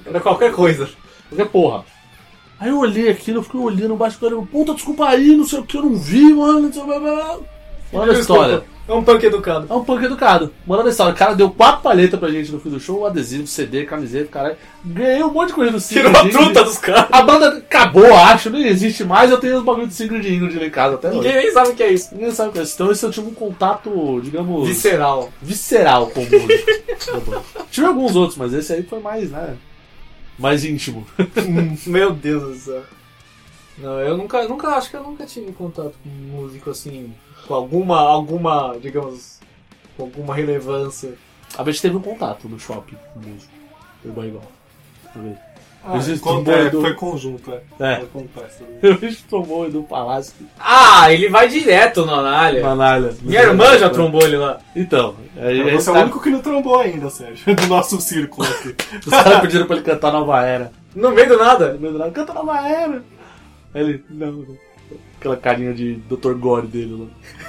Era É qualquer coisa. Qualquer porra. Aí eu olhei aquilo, eu fiquei olhando baixo do cara, puta, desculpa aí, não sei o que, eu não vi, mano, não sei o que. Moral da história. É um punk educado. É um punk educado. Moral da história. O cara deu quatro palhetas pra gente no fim do show, adesivo, CD, camiseta, caralho. Ganhei um monte de coisa do Sigrid. Tirou a Ingrid. truta dos caras. A banda acabou, acho, nem existe mais. Eu tenho os bagulhos de Sigrid e Ingrid lá em casa até Ninguém hoje. nem sabe o que é isso. Ninguém sabe o que é isso. Então esse eu tive um contato, digamos, Visceral. visceral com o mundo. *laughs* da banda. tive alguns outros, mas esse aí foi mais, né? Mais íntimo. *laughs* Hum, Meu Deus do céu. Não, eu nunca, nunca acho que eu nunca tive contato com um músico assim, com alguma, alguma, digamos, com alguma relevância. A gente teve um contato no shopping com o músico. Foi o Baigol. Ah, Existe con- um bom é, do- foi conjunto, é. É. *laughs* Foi conversa. A gente tomou do Palácio Ah, ele vai direto na Anália. Manalha. Minha irmã já trombou ele lá. Então, aí aí Você é o tá- único que não trombou ainda, Sérgio, *laughs* do nosso círculo aqui. os caras pediram pra ele cantar Nova Era. No meio do nada. Aí meu Eduardo, Canta Nova Era. Aí ele, não, não. Aquela carinha de Dr. Gore dele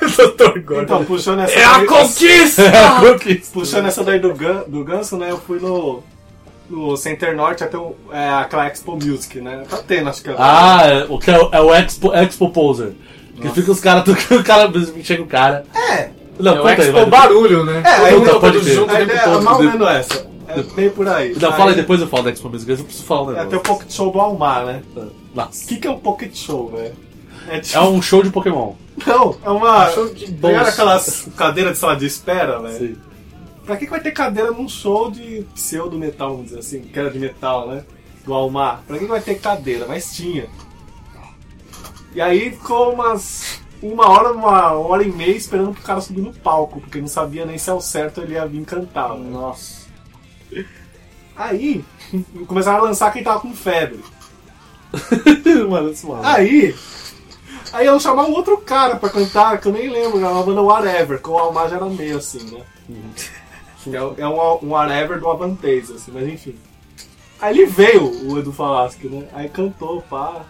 lá. *laughs* Doutor Gordon. Então, ah, puxando essa, É a daí, conquista! Eu quis. puxando essa daí do, Gan- do Ganso, né? Eu fui no, no Center Norte até o, é, aquela Expo Music, né? Tá tendo, acho que é. Ah, é- o que é, o- é o Expo, Expo Poser. Que fica os caras tocando, *laughs* o cara chega o cara. É, Não, É o conta aí, Expo vai. Barulho, né? É, aí Todo mundo não, pode tocando ver. junto o a tempo ideia é todo. mal menos essa. É bem por aí. Não, fala aí, Aí, depois eu falo da Expo Music, mas eu preciso falar um É até o negócio. Pocket Show do Almar, né? O Nossa. que, que é um Pocket Show, velho? É tipo. É um show de Pokémon. *laughs* Não, é uma. Show de Pegaram bolso. aquelas cadeiras de sala de espera, velho. Sim. Pra que, que vai ter cadeira num show de pseudo metal, vamos dizer assim, que era de metal, né? Do Almar. Pra que, que vai ter cadeira? Mas tinha. E aí ficou umas. Uma hora, uma hora e meia esperando pro cara subir no palco, porque não sabia nem se ao certo ele ia vir cantar. né? Nossa. Aí, *laughs* começaram a lançar quem tava com febre. Mano, é isso mano. Aí, aí eu chamar um outro cara pra cantar, que eu nem lembro, era uma banda Whatever, que o Almar já era meio assim, né? Que É, é um, um Whatever do Avantage, assim, mas enfim. Aí ele veio, o Edu Falaschi, né? Aí cantou, pá,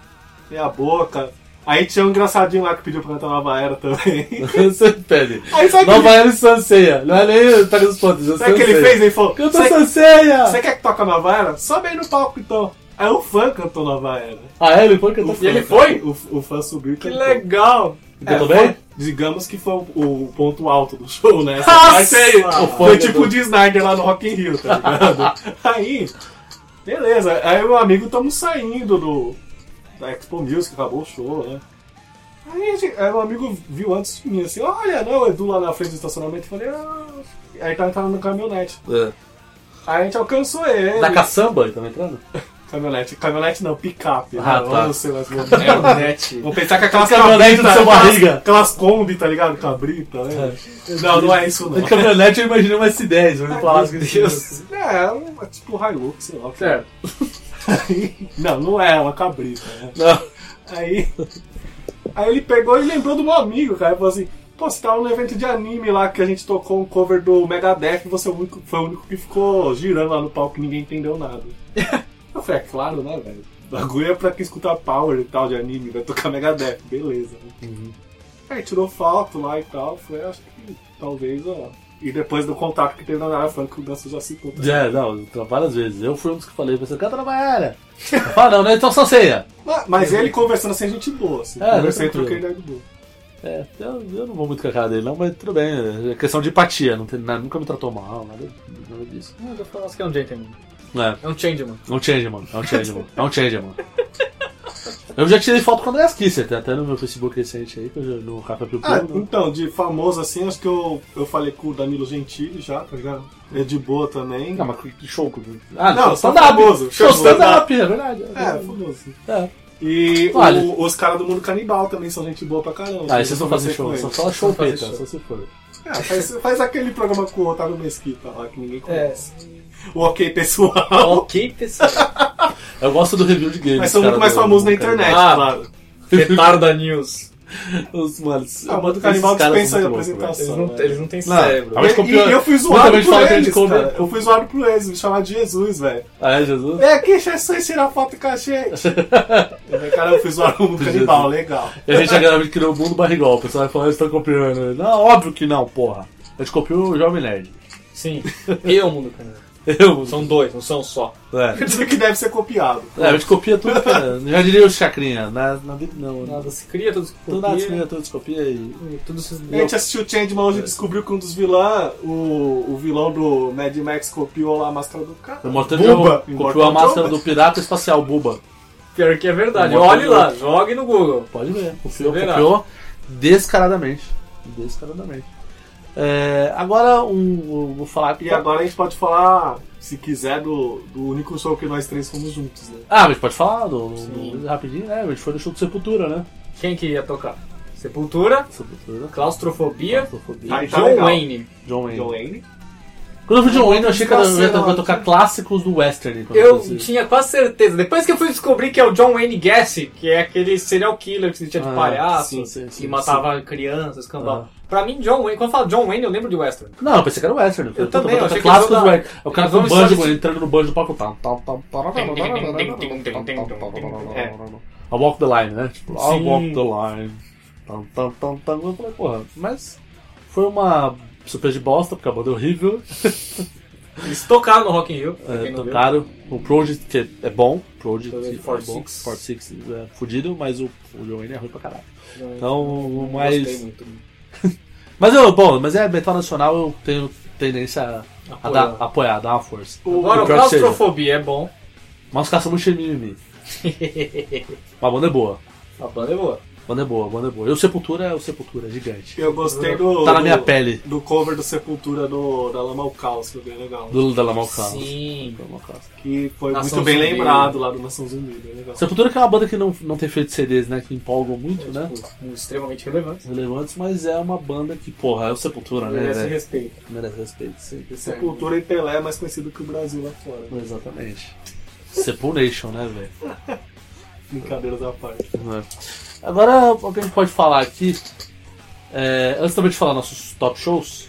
meia boca. Aí tinha um engraçadinho lá que pediu pra cantar Nova Era *laughs* também. *laughs* Você pede. Aí sabe o Nova que, Era e Sanseia. Não é nem pega os pontos. sabe o que ele fez? Ele falou, Canta "Você- Sanseia! você quer que toca Nova Era? Sobe aí no palco então. Aí o fã cantou Nova Era. Ah, é? Ele foi que eu tô O fã, falando. foi? O, o fã subiu e Que cantou. legal! É, Cantou foi- bem? digamos que foi o, o ponto alto do show, né? Essa Ah, parte aí. sim! Foi tipo o de Snyder lá no Rock in Rio, tá ligado? aí, beleza. Aí meu amigo tamo saindo do da Expo Music, acabou o show, né? Aí, a gente- aí meu amigo viu antes de mim assim, olha, não, o Edu lá na frente do estacionamento, eu falei, ah... Aí tava entrando no caminhonete. É. Aí a gente alcançou ele. Da caçamba, ele tava entrando? Caminhonete. Caminhonete não, picape. Ah, né? tá. Não sei *laughs* mais como é. Net. Vou pensar que aquelas Caminhonete cabritas, do seu aquelas, barriga. aquelas Kombi, tá ligado? Cabrita, né? Não, não é isso não. *laughs* Na caminhonete eu imaginei um S10, eu falava que Deus. É, um- é tipo Hilux, sei lá. o que é. Aí- *laughs* não, não é, é uma cabrita, né? Não. é, Aí, aí ele pegou e lembrou do meu amigo, cara. Ele falou assim: Pô, você tava no evento de anime lá que a gente tocou um cover do Megadeth e você é o único- foi o único que ficou girando lá no palco e ninguém entendeu *laughs* nada. Eu falei: É claro, né, velho? O bagulho é pra quem escuta power e tal de anime, vai tocar Megadeth, beleza. Né? Uhum. Aí tirou foto lá e tal. Foi, acho que talvez, ó. E depois do contato que teve na Nara Franco, que o Dança já citou. também. É, não, tra- várias vezes. Eu fui um dos que falei, você canta na Bahia. Ah, não, né? Então só ceia. Mas, mas ele conversando assim, gente boa, assim. Uhum. É, conversei e tranquilo. troquei ideia de boa. É, eu, eu não vou muito com a cara dele, não, mas tudo bem. É questão de empatia, não tem, nada- nunca me tratou mal, nada, nada disso. Hum, eu falo, Acho que é um gentleman. É, É um changeman. é um change, mano. É um change, mano. É um change, mano. Eu já tirei foto com o André Kisser, tá até no meu Facebook recente aí, que eu já, no Café Piu Piu. Ah, né? então, de famoso assim, acho que eu, eu falei com o Danilo Gentili já, tá ligado? É de boa também. Não, mas que show. que- Ah, Não, show só stand-up. famoso, Show show stand-up, é verdade. É, É, verdade. famoso. assim. É. E o- Olha. os caras do mundo canibal também são gente boa pra caramba. Ah, e vocês vão fazer Eu show, conversei só com fala show, Só fazer Peter, show. só se for. eles. *laughs* É, faz, faz aquele programa com o Otávio Mesquita lá que ninguém É. conhece. É. O ok *laughs* pessoal. Ok, pessoal. Então, Eu gosto do review de games. Mas são cara, muito mais do- famosos na do Canibal. internet, Ah. claro. *laughs* Retarda News. Os manos. Ah, mas o Canibal esses caras dispensa são a muito loucos, velho. apresentação. Eles não, né? eles não têm Não, cérebro. a E- vez e campeão- eu fui muita zoado gente por fala que a eles, gente come- cara. Eu fui zoado por eles, me chamaram de Jesus, velho. Ah, é, Jesus? É, que já só tirar foto com a *laughs* gente. Eu falei, Cara, eu fiz o álbum do canibal, legal. E a gente agora criou o mundo barrigol. O pessoal vai falar, eles estão copiando. Não, óbvio que não, porra. A gente copiou o Jovem Nerd. *laughs* Sim. Eu mundo canibal. Eu, *laughs* São dois, não são só. é. Tudo que deve ser copiado. É, a gente copia tudo que é. Já diria o Chacrinha. Na, na vida, não. né?" Nada se cria, É, tudo se Tudo nada, se copia. copia, tudo se copia e... Tudo se... A gente assistiu o Changeman hoje e descobriu que um dos vilãs, o, o vilão do Mad Max copiou lá a máscara do cara. O Mortal Buba. Kombat copiou a máscara do pirata espacial Buba. Pior que é verdade. Eu boto Olhe no- lá, jogue no Google. Pode ver. Copiou, Verá. copiou descaradamente. Descaradamente. É, agora, um, eu vou falar... E agora a gente pode falar, se quiser, do, do único show que nós três fomos juntos, né? Ah, mas pode falar do, do- rapidinho, né? A gente foi no show do Sepultura, né? Quem que ia tocar? Sepultura, Sepultura. claustrofobia, Claustrofobia. Aí tá John legal. Wayne. John Wayne. John Wayne. Quando eu vi John Wayne, eu achei que era, Nossa, ia, não. ia tocar clássicos do western. quando Eu pensei. tinha quase certeza. Depois que eu fui descobrir que é o John Wayne Gacy, que é aquele serial killer que se tinha de Ah, palhaço, sim, sim, sim, que matava crianças, cambal. Ah. Pra mim, John Wayne, quando eu falo John Wayne, eu lembro de Western. Não, eu pensei que era o western. Eu, também, eu achei que clássicos eles do vão dar- western. O cara eles com o vão só banjo, de- entrando no banjo do palco. Tal, tal, tal, tal, É, A Walk the Line, né? Tipo, a Sim. Walk the Line. Tam, tam, tam, tam. Eu falei, porra, mas foi uma surpresa de bosta, porque a banda é horrível. Eles tocaram no Rock in Rio. pra É, quem não viu. tocaram o Project, que é- é bom, Project Project é Four bom, Six. Four Six é fudido, mas o, o John Wayne é ruim pra caralho. Não, Então, Hum, Gostei mas. muito. Mas eu, bom, mas é metal nacional, eu tenho tendência a, a Apoiar. dar, apoiar, dar uma força. Agora, O o pior que seja. claustrofobia é bom. Mas os caras são muito cheios de *laughs* mimimi. Mas a banda é boa. A banda é boa. A banda é boa, a banda é boa. E o Sepultura é o Sepultura, é gigante. Eu gostei do. Tá na minha do- pele. Do cover do Sepultura do, da Lama ao Caos, que é bem legal. Do da Lamalcão. Sim. Que foi Nação muito bem Zumbi. lembrado lá do Nação Zumbi, bem legal. Sepultura que é uma banda que não, não tem feito CDs, né? Que empolgam muito, né? Tipo, Extremamente relevante. Relevantes, mas é uma banda que, porra, é o Sepultura, né? Merece velho? respeito. Merece respeito, sim. Sepultura e Pelé é mais conhecido que o Brasil lá fora. né? Exatamente. Sepul Nation, né, velho? Brincadeiras à parte. É. Agora, alguém pode falar aqui. é, antes também de falar nossos top shows,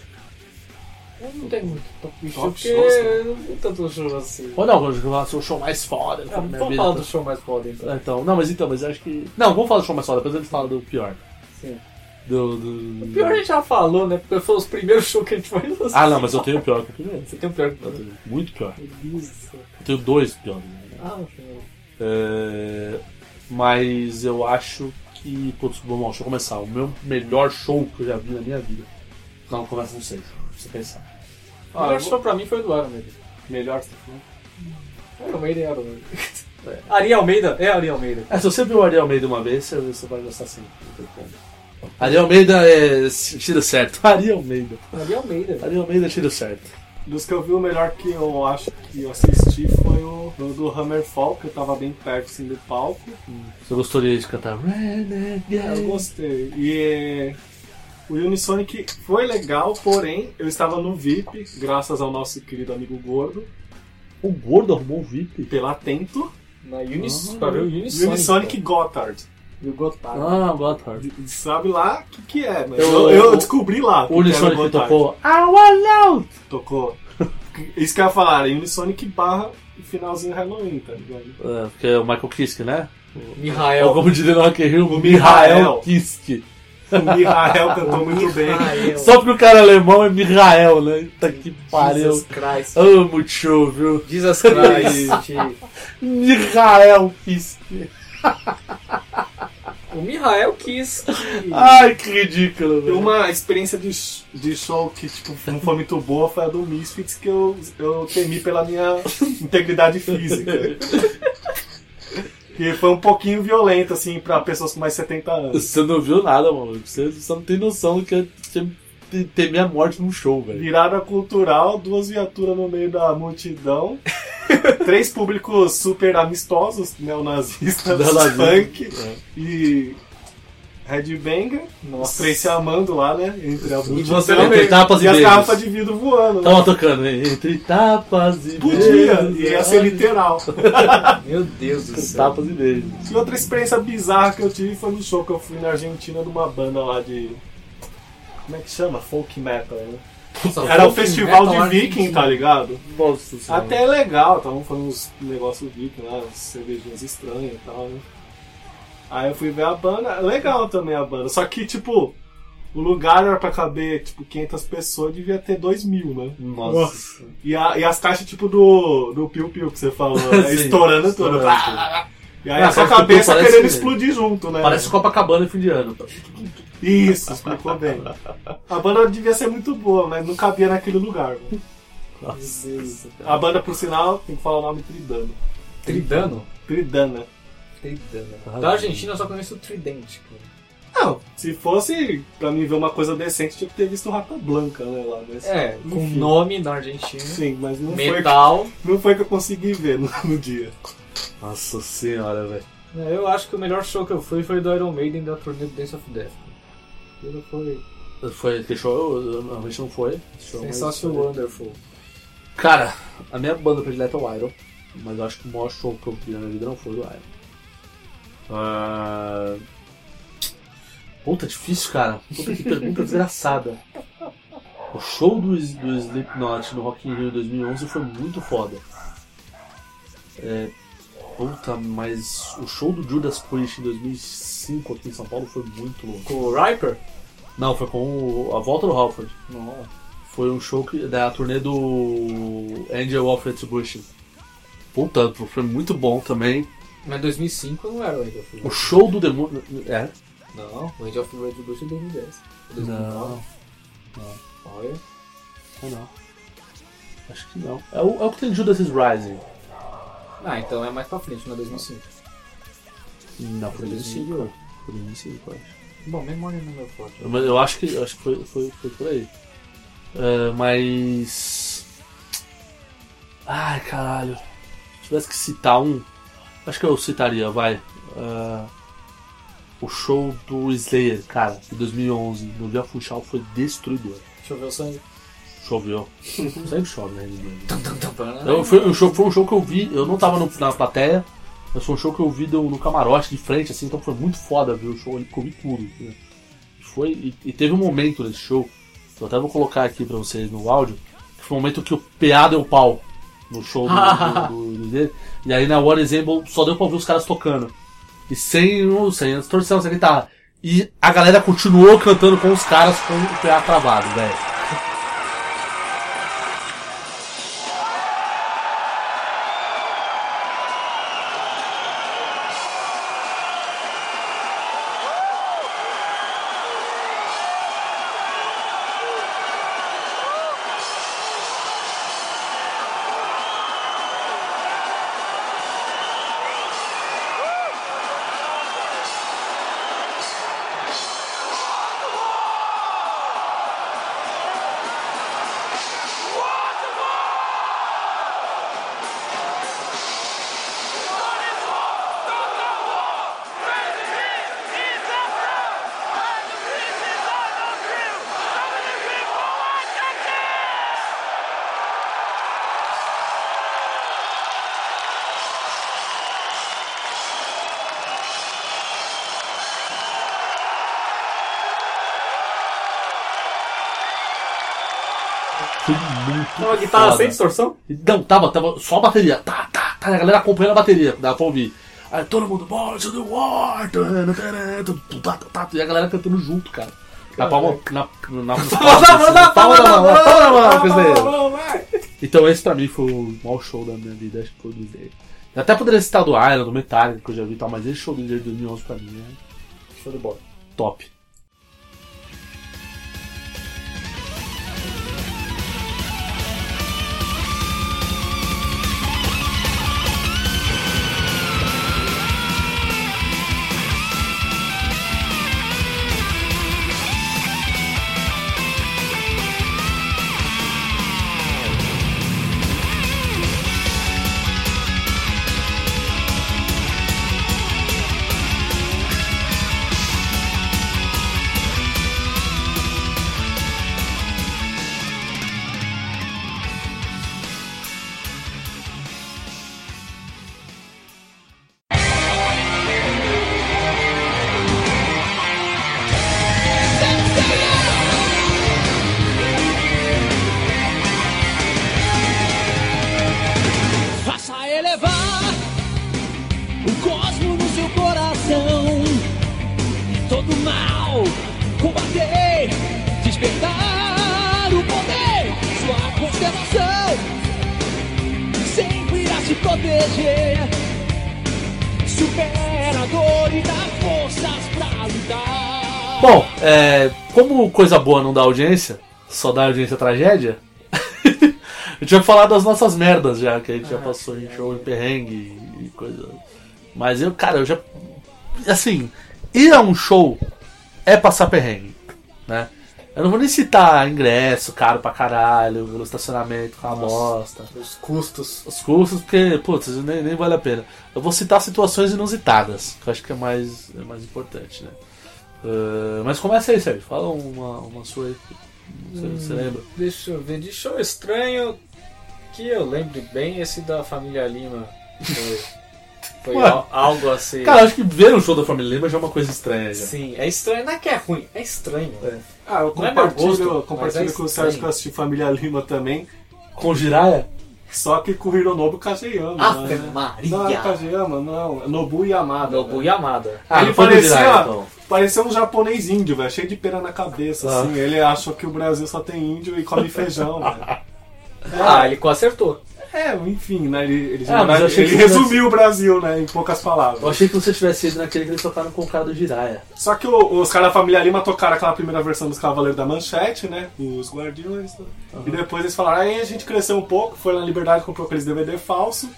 Eu não tenho muito top né? show, Top porque shows, eu não tenho tanto show assim. pode alguém falar seu show mais foda? Ah, minha Vamos vida, falar tá? do show mais foda então. Então, não, mas então, mas eu acho que. Não, vamos falar do show mais foda, depois a gente fala do pior. Sim. do- do- Pior a gente já falou, né? Porque foi os primeiros shows que a gente foi lançar. Ah, não, mas eu tenho pior que o primeiro. Você tem o pior que Eu Meu tenho muito pior. Deus do céu. Eu tenho dois piores. Ah, meu. É, mas eu acho que. Putz, bom, deixa eu começar. O meu melhor show que eu já vi na minha vida. Não, começa com seis. Você pensar. O melhor show pra mim foi o do Iron Maiden. Melhor né? Iron Maiden, Iron Maiden. Ari Almeida, é Ari Almeida. É, se você viu o Ariel Almeida uma vez, você, você vai gostar sempre. Não tem como. Ariel Almeida é. tira certo. *laughs* Ariel Almeida. Ari Almeida. Ariel Almeida tira certo. Dos que eu vi, o melhor que eu acho que eu assisti foi o o do Hammerfall, que eu tava bem perto assim, do palco. Você gostaria de cantar Renegade? É, Eu gostei. E eh, o Unisonic foi legal, porém eu estava no VIP, graças ao nosso querido amigo gordo, O gordo arrumou um VIP. pela Atento, Na Unis, pra ver o e o Unisonic. Unisonic Gotthard. E o Gotthard. Ah, Gotthard. Sabe lá o que, que é, mas Eu- eu, eu eu- descobri lá. que O que era Unisonic que Gotthard. tocou Ah, I Want Out! Tocou. Isso que eu ia falar, Unisonic barra finalzinho Halloween, tá ligado? É, porque é o Michael Kiske, né? É Mihael. como diria no Rock in Rio, O Mihael Mihael. Kiske. O Mihael cantou muito bem. Mihael. Só porque o cara é alemão é Mihael, né? Puta que pariu. Jesus Christ. Amo show, viu? Jesus Christ. Mihael Kiske. o Mihael quis que... Ai, que ridículo, E velho. Uma experiência de, sh- de show que tipo, não foi muito boa foi a do Misfits, que eu, eu temi pela minha *laughs* integridade física. *laughs* E foi um pouquinho violento, assim, pra pessoas com mais 70 anos. Você não viu nada, mano. Você você não tem noção do que é te- temer a morte num show, velho. Virada cultural, duas viaturas no meio da multidão, *laughs* três públicos super amistosos, neonazistas, Neonazista, funk é. e headbanger. Os Nossa. três se amando lá, né? Entre a multidão. você não Entre vê. tapas E e as beijos. Então, garrafas de vidro voando. né? Tava tocando, hein? entre tapas e Podia, beijos. ia ser literal. Meu Deus do Entre céu. tapas e beijos. E outra experiência bizarra que eu tive foi no show que eu fui na Argentina de uma banda lá de. Como é que chama? Folk metal, né? Tá, Era um festival de viking, tá ligado? Nossa senhora. Até é legal, estavam falando uns negócios viking lá, uns cervejinhas estranhas e tal, né? Aí eu fui ver a banda, legal também a banda, só que tipo. O lugar era pra caber, tipo, 500 pessoas, devia ter 2 mil, né? Nossa. E, a- e as caixas, tipo, do, do Piu Piu que você falou, né? *laughs* Sim, estourando tudo. estourando E aí Ah, a sua parece que cabeça parece querendo que- explodir junto, né? Parece Copacabana em fim de ano. Isso, explicou bem. A banda devia ser muito boa, mas não cabia naquele lugar. mano. Nossa. A banda, por sinal, tem que falar o nome Tridano. Tridano? Tridana. Tridano. Da Argentina eu só conheço o Tridente, cara. Não, se fosse pra mim ver uma coisa decente, tinha que ter visto o Rata Blanca, né, lá. Mas... É, com Enfim. nome na Argentina. Sim, mas não foi, Metal. não foi que eu consegui ver no, no dia. Nossa senhora, velho. É, Eu acho que o melhor show que eu fui foi do Iron Maiden da turnê do Dance of Death. Ele foi Foi que show? Eu- eu- Realmente não foi. Show, mas- sensacional, wonderful. Cara, a minha banda predileta é o Iron, mas eu acho que o maior show que eu vi na minha vida não foi do Iron. Ah, Puta, difícil, cara. Puta que pergunta *laughs* desgraçada. O show do, do Slipknot no Rock in Rio 2011 foi muito foda. É, puta, mas o show do Judas Priest em 2005 aqui em São Paulo foi muito louco. Com o Riper? Não, foi com o- a volta do Halford. Não. Foi um show que, da turnê do Angel of Retribution. Puta, foi muito bom também. Mas 2005 não era o Age of O show do Demônio. É? Não, o Age of Red Bush é 2010. Não. Olha. É não. Acho que não. É o, é o que tem Judas is Rising. Ah, então é mais pra frente, não é 2005. Não, foi 2005. 2005. Foi 2005, eu acho. Bom, memória não é meu forte. Mas eu acho que, eu acho que foi, foi, foi por aí. É, mas. Ai, caralho. Se tivesse que citar um, acho que eu citaria, vai. Ah, o show do Slayer, cara, de 2011, no Via Funchal foi destruidor. Choveu sangue. Choveu. Sempre chove, né? Lisboa? Tum, tum, tum, tum. Eu, foi, um show, foi um show que eu vi, eu não tava no, na plateia, mas foi um show que eu vi do- no camarote de frente, assim, então foi muito foda ver o show, ele comi tudo. né? Foi, e, e teve um momento nesse show, que eu até vou colocar aqui pra vocês no áudio, que foi um momento que o PA deu pau no show do, do, do- do dele, e aí na War Example só deu pra ouvir os caras tocando. E sem, o- sem a distorção, sem a guitarra. E a galera continuou cantando com os caras com o PA travado, velho. Foi muito Uma guitarra foda. sem distorção? Não, tava, tava só a bateria. Tá, tá, tá. A galera acompanhando a bateria, dá pra ouvir. Aí todo mundo, Boys of the War. tarana, tarana, tu, tu, tá, tá, tá, E a galera cantando junto, cara. Na palma. Na, *laughs* na, na, mão, na Tá palma da mão, na palma da mão, na coisa palma da daí. Então esse pra mim foi o maior show da minha vida, acho que foi o do Slayer. Eu até poderia citar do Iron, do Metallica, que eu já vi e tal, mas esse show do Slayer de 2011 pra mim é... Show de bola. Top. Faça elevar o cosmo no seu coração. Todo mal combater, despertar o poder. Sua constelação sempre irá te proteger. Supera a dor e dá forças pra lutar. Bom, é, como coisa boa não dá audiência, só dá audiência tragédia, *laughs* a gente vai falar das nossas merdas já, que a Ah, gente já passou é em show, em perrengue e coisa. Mas eu, cara, eu já. Assim, ir a um show é passar perrengue, né? Eu não vou nem citar ingresso caro pra caralho, estacionamento com a bosta Os custos. os cursos, porque, putz, nem, nem vale a pena. Eu vou citar situações inusitadas, que eu acho que é mais, é mais importante, né? Ah, mas começa aí, Sérgio. Fala uma, uma sua aí. Não sei se você lembra. Deixa eu ver, de show estranho que eu lembre bem, esse da família Lima. Foi, foi Ué. al- algo assim. Cara, eu acho que ver um show da família Lima já é uma coisa estranha. Já. Sim, é estranho, não é que é ruim, é estranho. Ah, eu Não é meu compartilho, gosto, eu mas compartilho é com o Sérgio estranho. que eu assisti Família Lima também, Com Jiraya? só que com o Hironobu Kageyama. Ave né? Maria. Não é Kageyama, não. é Nobu Yamada. Nobu né? Yamada. Ah, ele não foi do parecia, Jiraya, então. parecia um japonês índio, velho, cheio de pera na cabeça, assim. Ele achou que o Brasil só tem índio e come feijão, velho. Ah, ele acertou. É, enfim, né? Ele, ele, Ah, mas eu achei ele que você- resumiu o Brasil, né? Em poucas palavras. Eu achei que você tivesse ido naquele que eles tocaram com o cara do Jiraya. Só que o- os caras da família Lima tocaram aquela primeira versão dos Cavaleiros da Manchete, né? Os Guardiões. né? E depois eles falaram, aí a gente cresceu um pouco, foi na Liberdade, comprou aqueles DVD falso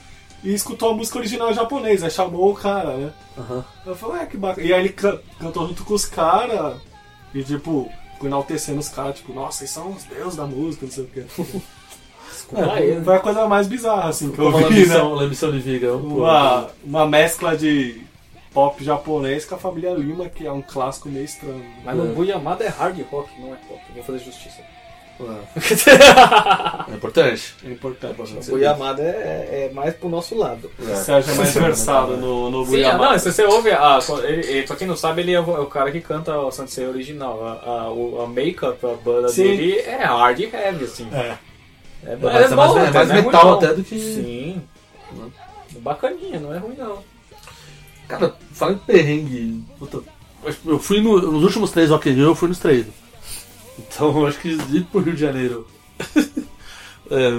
e escutou a música original japonesa, aí chamou o cara, né? Aham. Eu falei, é que bacana. E aí ele can- cantou junto com os caras e, tipo, ficou enaltecendo os caras, tipo, nossa, vocês são os deuses da música, não sei o quê. É, ele. Foi a coisa mais bizarra, assim, que eu Uma vi, né? missão, uma missão de Viga. um pô. Uma, uma mescla de pop japonês com a família Lima, que é um clássico meio estranho. né? Mas Nobu Yamada é hard rock, não é pop. Eu Vou fazer justiça. *laughs* É importante. É importante. Nobu Yamada é, é mais pro nosso lado. O Sérgio é mais versado né? no, no Sim, ah, Guyamá. não, se você ouve, ah, ele, ele- pra quem não sabe, ele é o, é o cara que canta o Sansei original. A, a, o- a make-up, a banda Sim. dele é hard heavy, assim. É. É, Mas é mais- é mais muito metal bom. até do que- Sim. Bacaninha, não é ruim não. Cara, fala em perrengue. Puta, Eu fui no- nos últimos três Rock in Rio, eu fui nos três. Então eu acho que ir pro Rio de Janeiro. *laughs* é,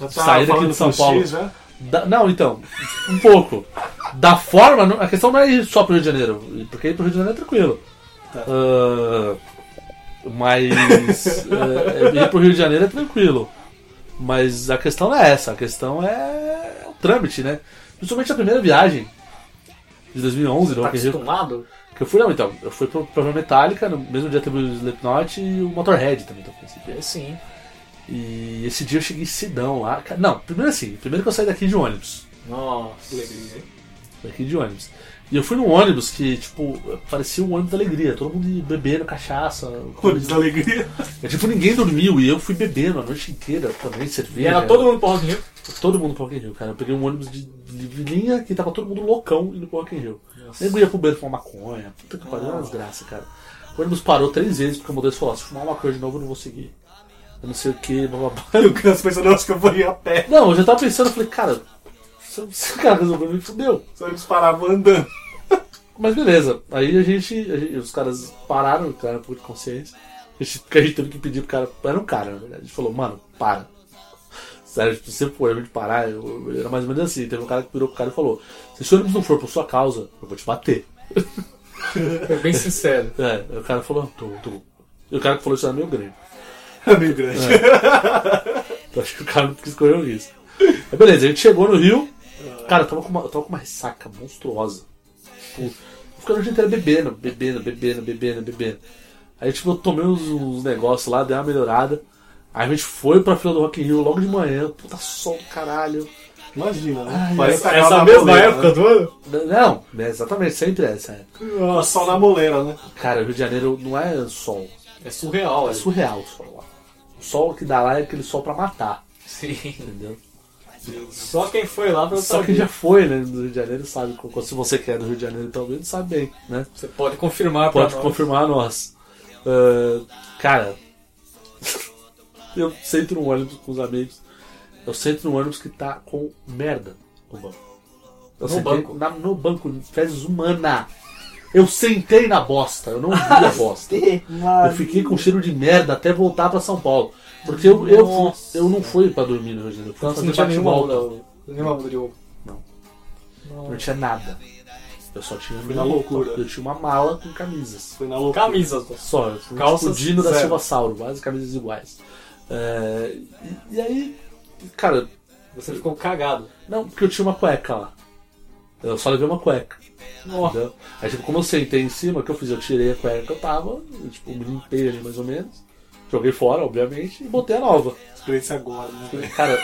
Já tá Saí daqui falando de São com o Paulo. X, né? já? da- não, então, um pouco. Da forma, não- a questão não é ir só pro Rio de Janeiro, porque ir pro Rio de Janeiro é tranquilo. Ah, mas é, é, ir pro Rio de Janeiro é tranquilo. Mas a questão não é essa, a questão é o trâmite, né? Principalmente a primeira viagem de 2011, do Tá Rock in Rio. acostumado? Que né, eu fui, não, então. Eu fui pro programa Metallica, no mesmo dia teve o Slipknot e o Motorhead também, então, esse dia. É sim. E esse dia eu cheguei cedão lá. Ca- Não, primeiro assim, primeiro que eu saí daqui de ônibus. Nossa. Daqui de ônibus. E eu fui num ônibus que, tipo, parecia um ônibus da alegria. Todo mundo bebendo cachaça. Ônibus da alegria. É, tipo, ninguém dormiu e eu fui bebendo a noite inteira também, E cerveja. era todo mundo pro Rock in Rio? Todo mundo pro Rock in Rio, cara. Eu peguei um ônibus de de linha que tava todo mundo loucão indo pro Rock in Rio. Nego ia pro beiro fumar maconha. Puta que pariu, era Ah. uma desgraça, cara. O ônibus parou três vezes porque o motorista falou, "Ó, se fumar maconha de novo eu não vou seguir. Eu não sei o que, blá blá blá. Eu *laughs* canso pensando, nossa, que eu vou ir a pé. Não, eu já tava pensando, eu falei, cara, se se o cara resolveu, me fudeu. Só eles paravam andando. Mas beleza, aí a gente, a gente- os caras pararam, o cara um pouco de consciência. A gente, porque a gente teve que pedir pro cara, era um cara, na verdade. A gente falou, mano, para. Sério, tipo, se você for a gente parar, eu, eu- era mais ou menos assim. Teve um cara que virou pro cara e falou: se esse ônibus não for por sua causa, eu vou te bater. Foi bem sincero. É, aí o cara falou: tô, tô. E o cara que falou isso era meio grande. É meio grande. Então acho que o cara não quis correr o risco. Aí beleza, a gente chegou no Rio. Cara, eu tava com uma, eu tava com uma ressaca monstruosa. Tipo, eu ficava o dia inteiro bebendo, bebendo, bebendo, bebendo, bebendo. Aí tipo, eu tomei uns, uns negócios lá, dei uma melhorada. Aí a gente foi pra fila do Rock in Rio logo de manhã, puta sol do caralho. Imagina, né? Ai, 40 essa- graus Essa na mesma moleira, época né? do ano? N- Não, né, exatamente, sempre essa época. Nossa, Sol na moleira, né? Cara, Rio de Janeiro não é sol, É surreal, é é surreal o sol lá. O sol que dá lá é aquele sol pra matar, Sim. entendeu? Só quem foi lá pra Só saber. que já foi, né, no Rio de Janeiro, sabe? Se você quer do Rio de Janeiro, talvez, sabe bem, né? Você pode confirmar pra Pode nós. confirmar a nós. Ah, cara, *laughs* eu sento no ônibus com os amigos. Eu sento no ônibus que tá com merda no banco. No Eu sentei banco? na- no banco, fezes humana. Eu sentei na bosta, eu não vi a bosta. Eu fiquei com cheiro de merda até voltar pra São Paulo. Porque eu, eu, Nossa. eu não fui pra dormir no Rio de Janeiro, eu fui Então você fazer não tinha nenhuma bate-volta. muda, nenhuma muda de ovo. Não tinha nada. Eu só tinha na minha roupa. loucura. Eu tinha uma mala com camisas. Foi na loucura. Camisas, pô. Só, eu fui Calças, tipo Dino da zero. Silva Sauro, várias camisas iguais. É, e, e aí, cara, Você ficou cagado. não, porque eu tinha uma cueca lá. Eu só levei uma cueca. Entendeu? Aí, tipo, como eu sentei em cima, o que eu fiz? Eu tirei a cueca que eu tava, eu, tipo, me limpei ali mais ou menos. Joguei fora, obviamente, e botei a nova. Experiência agora, né? Cara,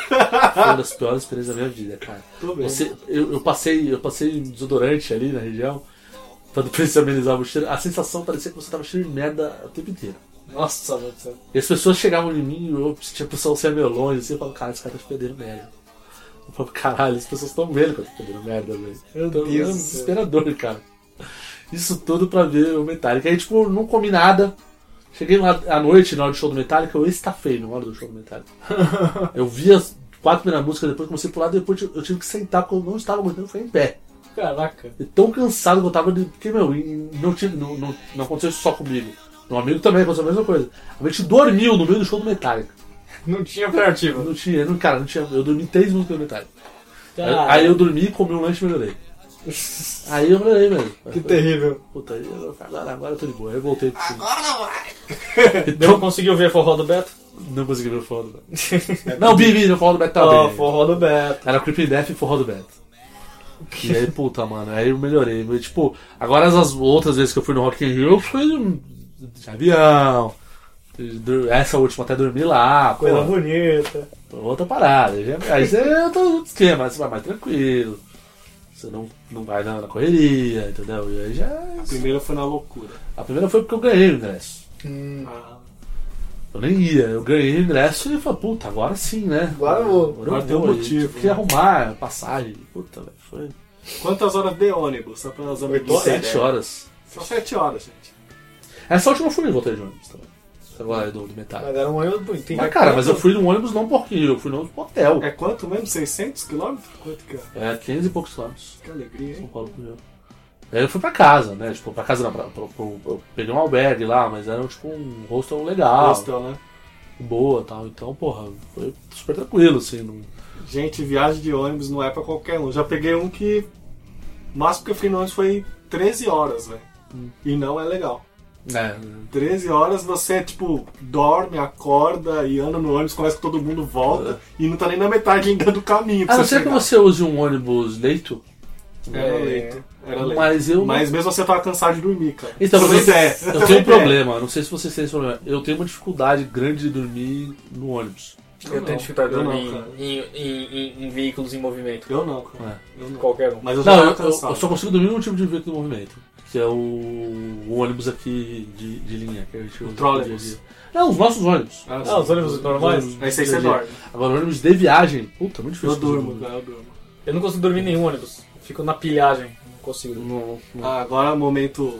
foi uma das piores experiências da minha vida, cara. Tô bem. Você, eu, eu passei, eu passei desodorante ali na região, pra depois *laughs* se amenizar o cheiro. A sensação parecia que você tava cheio de merda o tempo inteiro. Nossa, meu Deus do céu. E as pessoas chegavam em mim e eu tinha pressão semelhões, assim, eu falava, cara, esse cara tá fedendo merda. Eu falava, caralho, as pessoas estão vendo que eu tô fedendo merda, velho. Meu Então, Deus é do céu. desesperador, cara. Isso tudo pra ver o Metallica. Aí, tipo, não comi nada. Cheguei lá à noite, na hora do show do Metallica, eu estafei na hora do show do Metallica. eu vi as quatro primeiras músicas, depois comecei a pular, depois eu tive que sentar, porque eu não estava aguentando, foi em pé. Caraca. E tão cansado que eu tava de. Porque, meu, e- e não, tive- não, não, não aconteceu isso só comigo. Meu amigo também aconteceu a mesma coisa. A gente dormiu no meio do show do Metallica. Não tinha alternativa. Eu não tinha, não, cara, não tinha. Eu dormi três músicas do Metallica. Ah. Aí, aí eu dormi, comi um lanche *laughs* e melhorei. Aí eu melhorei mesmo. Que terrível. Puta, aí eu- agora, agora eu tô de boa. Aí eu voltei pro filme. *laughs* Não conseguiu ver forró do Beto? Não consegui ver o forró do Beto. *laughs* não, Bibi, o forró do Beto tá É. Ó, bem. forró do Beto. Era Creeping Death e Forró do Beto. E aí, puta, mano, aí eu melhorei. Mas, tipo, agora as outras vezes que eu fui no Rock in Rio, eu fui de avião. Essa última até dormi lá, pô, Coisa bonita. outra parada. Já- Aí você é outro esquema, aí você vai mais tranquilo. Você não, não vai na, na correria, entendeu? E aí já. é A primeira foi na loucura. A primeira foi porque eu ganhei o ingresso. Hum. Ah, Eu nem ia, eu ganhei o ingresso e falei, puta, agora sim, né? Agora eu vou. Agora tem um vou, e motivo, tive que né? arrumar passagem. Puta, velho, foi Quantas horas de ônibus? Só para os amigos. né? sete horas. Só sete horas, gente. Essa última eu fui e voltei de ônibus também. Agora é do, do metade. Mas era um ônibus bonitinho. Mas, cara, mas eu fui num ônibus não porque eu fui num hotel. É quanto mesmo? 600 quilômetros? Quanto que é? É 15 e poucos quilômetros. Que alegria, hein? São Paulo pro Rio. Aí eu fui pra casa, né? Tipo, pra casa não, pra, pra- pro- eu peguei um albergue lá, mas era tipo um hostel legal, Hostel, né? boa tal. Então, porra, foi super tranquilo, assim. Não... Gente, viagem de ônibus não é pra qualquer um. Já peguei um que. O máximo que eu fiquei no ônibus foi 13 horas, velho. E não é legal. É, 13 horas você, tipo, dorme, acorda e anda no ônibus, começa que todo mundo volta e não tá nem na metade ainda do caminho. pra A Ah, não você ser que chegar. você use um ônibus leito. Era leito. Era leito. Mas, Mas eu. mesmo assim eu tava cansado de dormir, cara. Então, Se mas você é. eu tenho um problema, não sei se vocês têm esse problema. Eu tenho uma dificuldade grande de dormir no ônibus. Eu tenho dificuldade de eu não, dormir cara. em, em- em- em veículos em movimento. Eu não, cara. Eu não. Qualquer um. Mas eu já É. Não, eu, tava cansado. eu- eu só consigo dormir num tipo de veículo em movimento. Que é o, o ônibus aqui de, de linha. Que a gente usa trolleybus. dia a dia. Não, os nossos ônibus. Ah, Ah, os sim. ônibus normais? Os ônibus Aí do você dia você a dia. dorme. Agora, ônibus de viagem. Puta, é muito difícil. Eu durmo, cara, eu durmo. Eu não consigo dormir em nenhum ônibus. Fico na pilhagem. Não consigo. Não, não. Ah, agora momento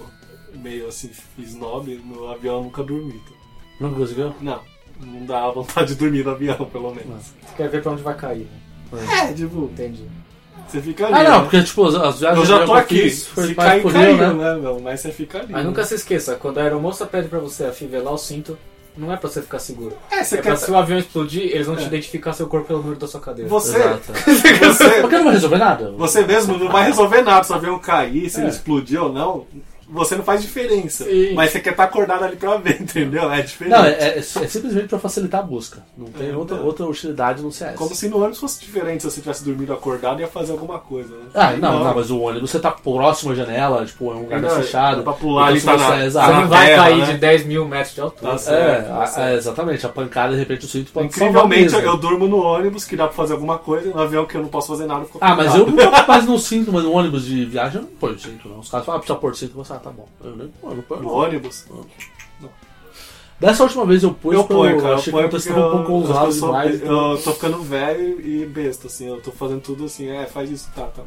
meio assim, snob, no avião eu nunca dormi. cara. não conseguiu? Não, não dá vontade de dormir no avião, pelo menos. Você quer ver pra onde vai cair. né? É, tipo, Entendi. você fica ali. Ah, né? não, porque tipo, as, as viagens Eu já tô que aqui. fiz foi Se mais cair, pro caiu, Rio, né? né? meu? Mas você fica ali. Mas nunca se esqueça, quando a aeromoça pede pra você afivelar o cinto, não é pra você ficar seguro. É, você É quer. pra se o avião explodir, eles vão te É. identificar seu corpo pelo número da sua cadeira. Você, *laughs* Exato. você, Porque não vai resolver nada. você mesmo não vai resolver nada se o avião cair, se ele É. explodir ou não. Você não faz diferença. Sim. Mas você quer estar acordado ali pra ver, *laughs* entendeu? É diferente. Não, é, é- é simplesmente pra facilitar a busca. Não tem É, outra, é. outra utilidade no CS. Como se no ônibus fosse diferente se você tivesse dormido acordado e ia fazer alguma coisa, né? Ah, Aí não, não, mas o ônibus você tá próximo à janela, tipo, é um lugar Não, mais fechado. Então, é pra pular ali, se tá você- na- exato. Você na não vai terra, cair né? de 10 mil metros de altura. Tá É, certo. a- é, exatamente, a pancada de repente o cinto pode Incrivelmente, salvar eu, mesmo. durmo no ônibus, que dá pra fazer alguma coisa, no avião que eu não posso fazer nada. eu fico Ah, mas eu acordado. nunca mais não sinto, mas no ônibus de viagem eu não ponho cinto, não. Os caras falam, ah, precisa pôr cinto, você, ah, tá bom. Eu nem ponho, não ponho. No não. ônibus? Dessa última vez eu pus, Eu porque ponho, cara. achei Eu que ponho eu tô porque sendo um pouco eu, ousado eu, sou- demais. então- eu tô ficando velho e besta, assim. Eu tô fazendo tudo assim, é, faz isso, tá, tá.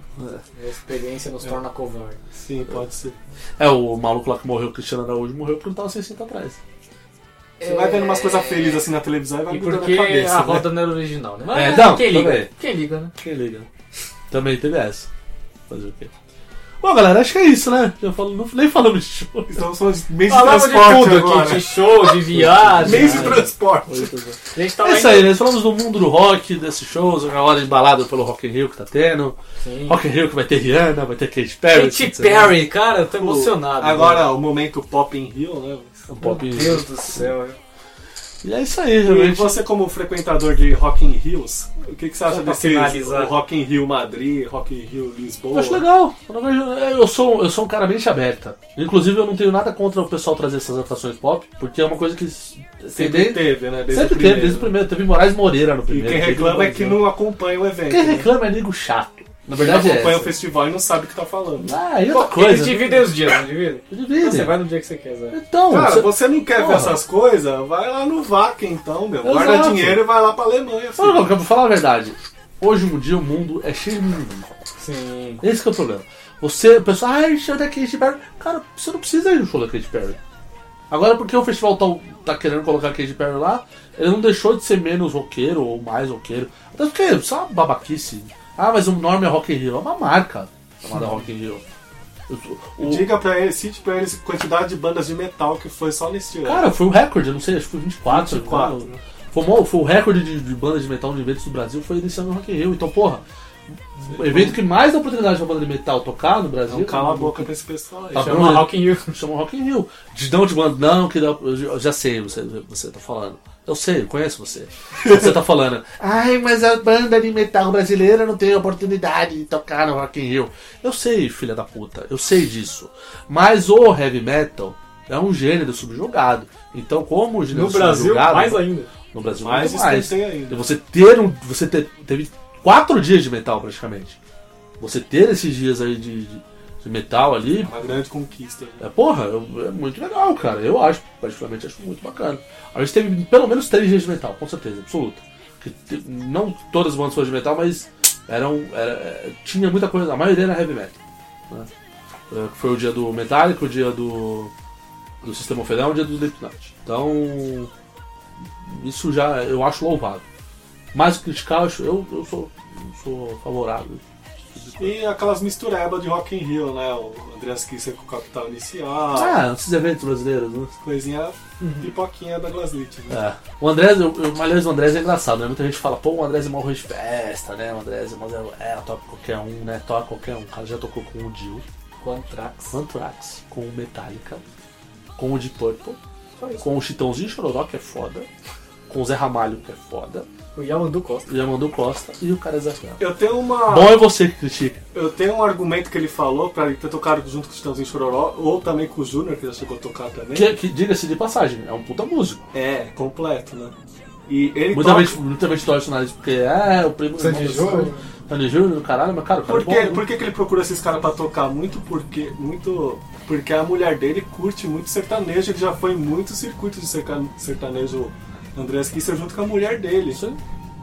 A experiência nos torna covarde. Sim, pode ser. É, o maluco lá que morreu, o Cristiano Araújo, morreu porque não tava sem cinto atrás. Você vai vendo É. umas coisas felizes assim na televisão e vai E mudando porque a cabeça. a né? roda não era original, né? É, não, quem liga? também. Quem liga, né? Quem liga? Também teve essa. Fazer o quê? Bom, galera, acho que é isso, né? Já falo, não, nem falamos de show. Estamos falando de Então, meios de Falamos de transporte tudo agora. aqui, de show, *laughs* de viagem. Meios de transporte. A gente É tava isso aí, nós falamos do mundo do rock, desses shows, uma hora embalada pelo Rock in Rio que tá tendo. Sim. Rock in Rio que vai ter Rihanna, vai ter Katy Perry. Katy Perry, cara, eu tô emocionado. né? Agora, o momento pop in Rio, né? Pop. Meu Deus do céu. E é isso aí, E realmente. você como frequentador de Rock in Rios, o que, que você acha pra desse finalizar. o Rock in Rio Madrid, Rock in Rio Eu Lisboa? acho legal. Eu, não vejo- eu sou, eu sou um cara mente aberta. Inclusive, eu não tenho nada contra o pessoal trazer essas atrações pop, porque é uma coisa que. Sempre teve, né? Desde o sempre teve, primeiro. desde o primeiro. Teve Moraes Moreira no E primeiro. quem teve reclama é Moraes que Moreira. não acompanha o evento. Quem né? reclama é nego chato. Na Não verdade, é. acompanha o essa. festival e não sabe o que tá falando. Ah, e Pô, outra coisa. Eles dividem os dias, não dividem? Dividem. Você vai no dia que você quer, Zé. Então, Cara, você- você, não quer Porra. ver essas coisas? Vai lá no VAC então, meu. Guarda Exato. dinheiro e vai lá pra Alemanha. filho. Não, não, eu vou falar a verdade. Hoje em dia o mundo é cheio de mimimi. Sim. Esse que é o problema. Você, o pessoal, ai, show da Katy Perry. Cara, você não precisa ir no show da Katy Perry. Agora, porque o festival tá, tá querendo colocar a Katy Perry lá, ele não deixou de ser menos roqueiro ou mais roqueiro. Até porque isso é uma babaquice. Ah, mas o nome é Rock in Rio. É uma marca chamada Rock in Rio. O, o- Diga pra eles, cite pra eles a quantidade de bandas de metal que foi só nesse ano. cara, foi o recorde, eu não sei, acho que foi 24. 24, né? né? Foi, o maior- foi o recorde de, de bandas de metal de eventos do Brasil, foi iniciando no Rock in Rio. Então, porra, o evento que mais dá oportunidade pra banda de metal tocar no Brasil... Então cala a boca pra esse pessoal aí. Tá Chama- bom, Chama né? Rock in Rio. Chama Rock in Rio. De não de banda, não, que dá, eu já sei, você, você tá falando. Eu sei, eu conheço você. Você tá falando. Ai, mas a banda de metal brasileira não tem oportunidade de tocar no Rock in Rio. Eu sei, filha da puta, eu sei disso. Mas o heavy metal é um gênero subjugado. Então, como o gênero No Brasil, subjugado, mais ainda. no Brasil Mais muito mais. escanteio ainda. E Você ter um, você ter- teve quatro dias de metal praticamente. Você ter esses dias aí de- de, de metal ali, Uma grande conquista. né? é, porra, eu- é muito legal, cara. Eu acho, particularmente, acho muito bacana. A gente teve pelo menos três dias de metal, com certeza, absoluta. Que te- não todas as bandas foram de metal, mas eram, era- é, tinha muita coisa, a maioria era heavy metal. né? É, que Foi o dia do Metallica, o dia do, do Sistema Federal e o dia do Slipknot. Então, isso já eu acho louvável. Mais criticar, eu, acho- eu, eu sou, eu sou favorável. E aquelas misturebas de Rock in Rio, né? O Andreas Kisser com o Capital Inicial, Ah, Uhum. esses eventos brasileiros, né? coisinha pipoquinha da Glaslit, né? É. O Andrés, o, o Malheiros do Andrés é engraçado, né? Muita gente fala, pô, o Andrés é morro de festa, né? O Andrés é mó zero- é, toca qualquer um, né? Toca qualquer um. O cara já tocou com o Dio, Contrax. com o Anthrax, com o Metallica, com o Deep Purple, com o Chitãozinho Chororó, que é foda, com o Zé Ramalho, que é foda, O Yamandu Costa. o Yamandu Costa e o cara é desafiado. Eu tenho uma. Bom é você que critica. Eu tenho um argumento que ele falou pra ele ter tocado junto com o Chitãozinho Chororó, ou também com o Júnior, que já chegou a tocar também. Que, que, Diga-se de passagem, é um puta músico. É, completo, né? E ele Muita toca... gente, muita gente torce o nariz porque é o primo Sandy irmão do Júnior. Sandy. Sandy Júnior, do caralho, mas cara, o cara Por, é que, bom, né? por que, que ele procura esses caras pra tocar? Muito porque, muito porque a mulher dele curte muito sertanejo, ele já foi em muitos circuitos de cerca- sertanejo Andrés Kisser junto com a mulher dele. Isso aí.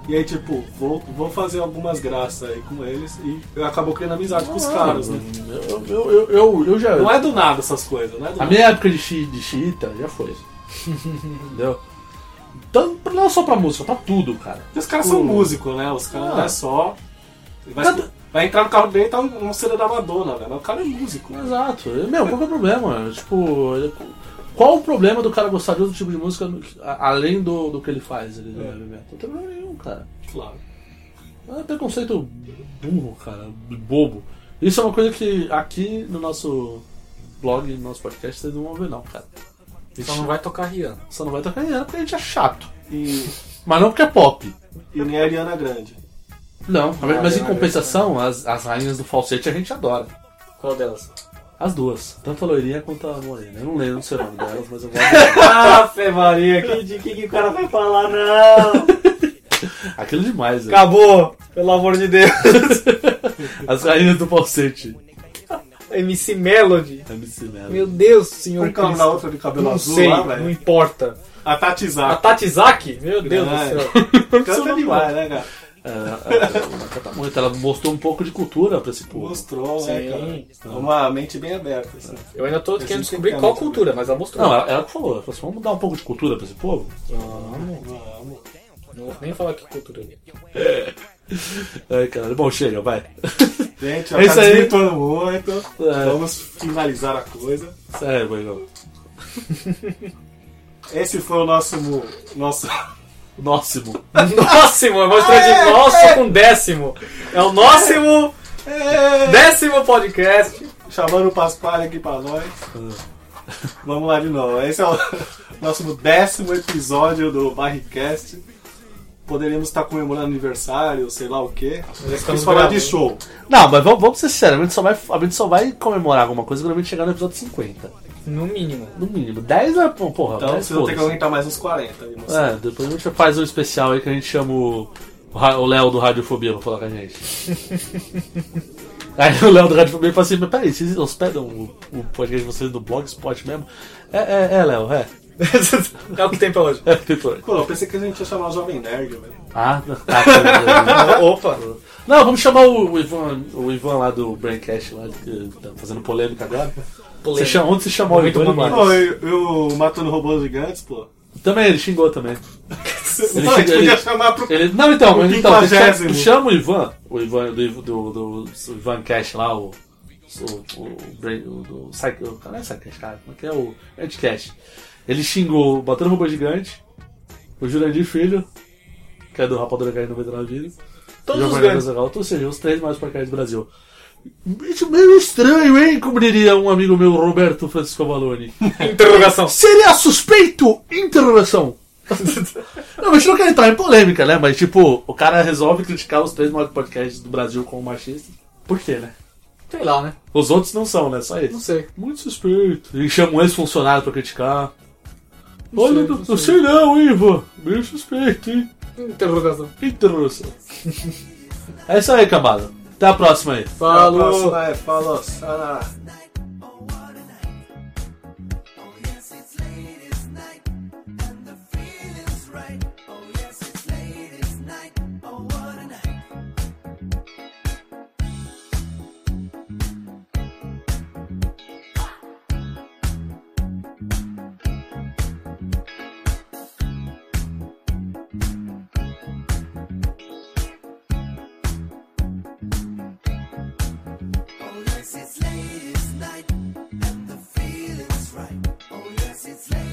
E aí, tipo, vou, vou fazer algumas graças aí com eles e acabou criando amizade Ah. com os caras, né? Eu, eu, eu, eu, eu já. Não é do nada essas coisas, não é do A nada. minha época de, chi, de chita já foi. *laughs* Entendeu? Então, não só pra música, pra tudo, cara. E os caras são Hum. músicos, né? Os caras não Ah. é só. Vai, Tanto- vai entrar no carro dele e tá um, um CD da Madonna, velho. Mas O cara é músico. né? Exato. Meu, qual que é o problema? Tipo, ele- qual o problema do cara gostar de outro tipo de música no- a- além do, do que ele faz ali no É. heavy metal? Não tem problema nenhum, cara. Claro. É preconceito burro, cara, bobo. Isso é uma coisa que aqui no nosso blog, no nosso podcast, vocês não vão ver, não, cara. Só não vai tocar Rihanna. Só não vai tocar em porque a gente é chato. E, Mas não porque é pop. e nem a Ariana Grande. Não, mas em Ariana compensação, as, as rainhas do falsete a gente adora. *laughs* Qual delas? As duas. Tanto a loirinha quanto a morena. Eu não lembro, não sei o nome delas, mas eu gosto. Ah, Fê Maria, que, de que, que o cara vai falar, não? Aquilo demais, né? Acabou, pelo amor de *laughs* Deus. As rainhas do falsete. MC Melody. MC Mello. Meu Deus, senhor Um cara Cristo. na outra de cabelo Não azul sei, lá, não velho. importa. A Tati A Zaki. Tati Zaki? Meu Deus Ah, do céu. Canta demais, né, cara? É, é, é, muito. Ela mostrou um pouco de cultura pra esse povo. Mostrou, né, Sim. cara? então. Uma mente bem aberta. Assim. Eu ainda tô Existe querendo descobrir tem qual muito. cultura, mas ela mostrou. Não, ela, ela que falou. Ela falou assim, vamos dar um pouco de cultura pra esse povo? Não vou nem falar que cultura é. *laughs* Ai, cara. Bom, chega, vai. Gente, É eu isso tá aí. É. desvirtuando muito. Vamos finalizar a coisa. Sério, Boigão. Esse foi o nosso. mu- nosso... *laughs* Nóximo. Nóximo, é uma mistura de nosso com décimo. É o nóximo, décimo podcast. Chamando o Pasquale aqui pra nós. Ah. Vamos lá de novo. Esse é o *laughs* nosso décimo episódio do Barricast. Poderíamos estar comemorando aniversário, sei lá o quê. é Vamos falar de show. Não, mas vamos, vamos ser sérios. A gente, só vai, a gente só vai comemorar alguma coisa quando a gente chegar no episódio 50. No mínimo. *laughs* No mínimo. 10 é... pô, Porra, Então 10 vocês vão ter que foda-se. aguentar mais uns 40. aí, moçada. É, depois a gente faz um especial aí que a gente chama o o Ra- o Léo do Radiofobia pra falar com a *laughs* gente. aí o Léo do Radiofobia fala assim, mas peraí, vocês hospedam o, o podcast de vocês no Blogspot mesmo? É, é, é, Léo, é. É o que tem pra hoje. É, Vitor. Pô, eu pensei que a gente ia chamar o Jovem Nerd, velho. *laughs* Ah, tá. tá. *laughs* Opa! Não, vamos chamar o, o Ivan, o Ivan lá do Braincast lá, que tá fazendo polêmica agora. Você chama, onde você chamou o Muito Ivan? ele bonito. manda. Pô, eu, eu matando robôs gigantes, pô. Também, ele xingou *laughs* também. *laughs* Não, a gente ele- podia chamar pro. Ele- não, então, O mas então, você chama, quinquagésimo. chama o Ivan, o Ivan do, do, do, do Ivan Cash lá, o. O. O. Bra- o, do, Psy- o cara, não é Psycash, cara, como é que é o. Anticash. Ele xingou o Batendo Robô Gigante, o Jurandir Filho, que é do Rapadura Caindo 99 Vidas, Todos os Giovanni grandes. Gonzagal, ou seja, os três mais podcasts do Brasil. Isso meio estranho, hein? Como diria um amigo meu, Roberto Francisco Valoni. Interrogação. Seria suspeito? Interrogação. *laughs* não, mas a gente não quer entrar em polêmica, né? Mas, tipo, o cara resolve criticar os três maiores podcasts do Brasil como machista. Por quê, né? Sei lá, né? Os outros não são, né? Só Não eles. sei. Muito suspeito. E chama um ex-funcionário pra criticar. Olha, sei, não, não não sei não, hein, Ivan? Meio suspeito, hein? Interrogação. *laughs* Interrogação. é isso aí, cambada. Até a próxima aí. A Falou. próxima é, falou, sará. Oh, Oh, Oh, Oh, Yes, it's Oh, late. Oh, Oh,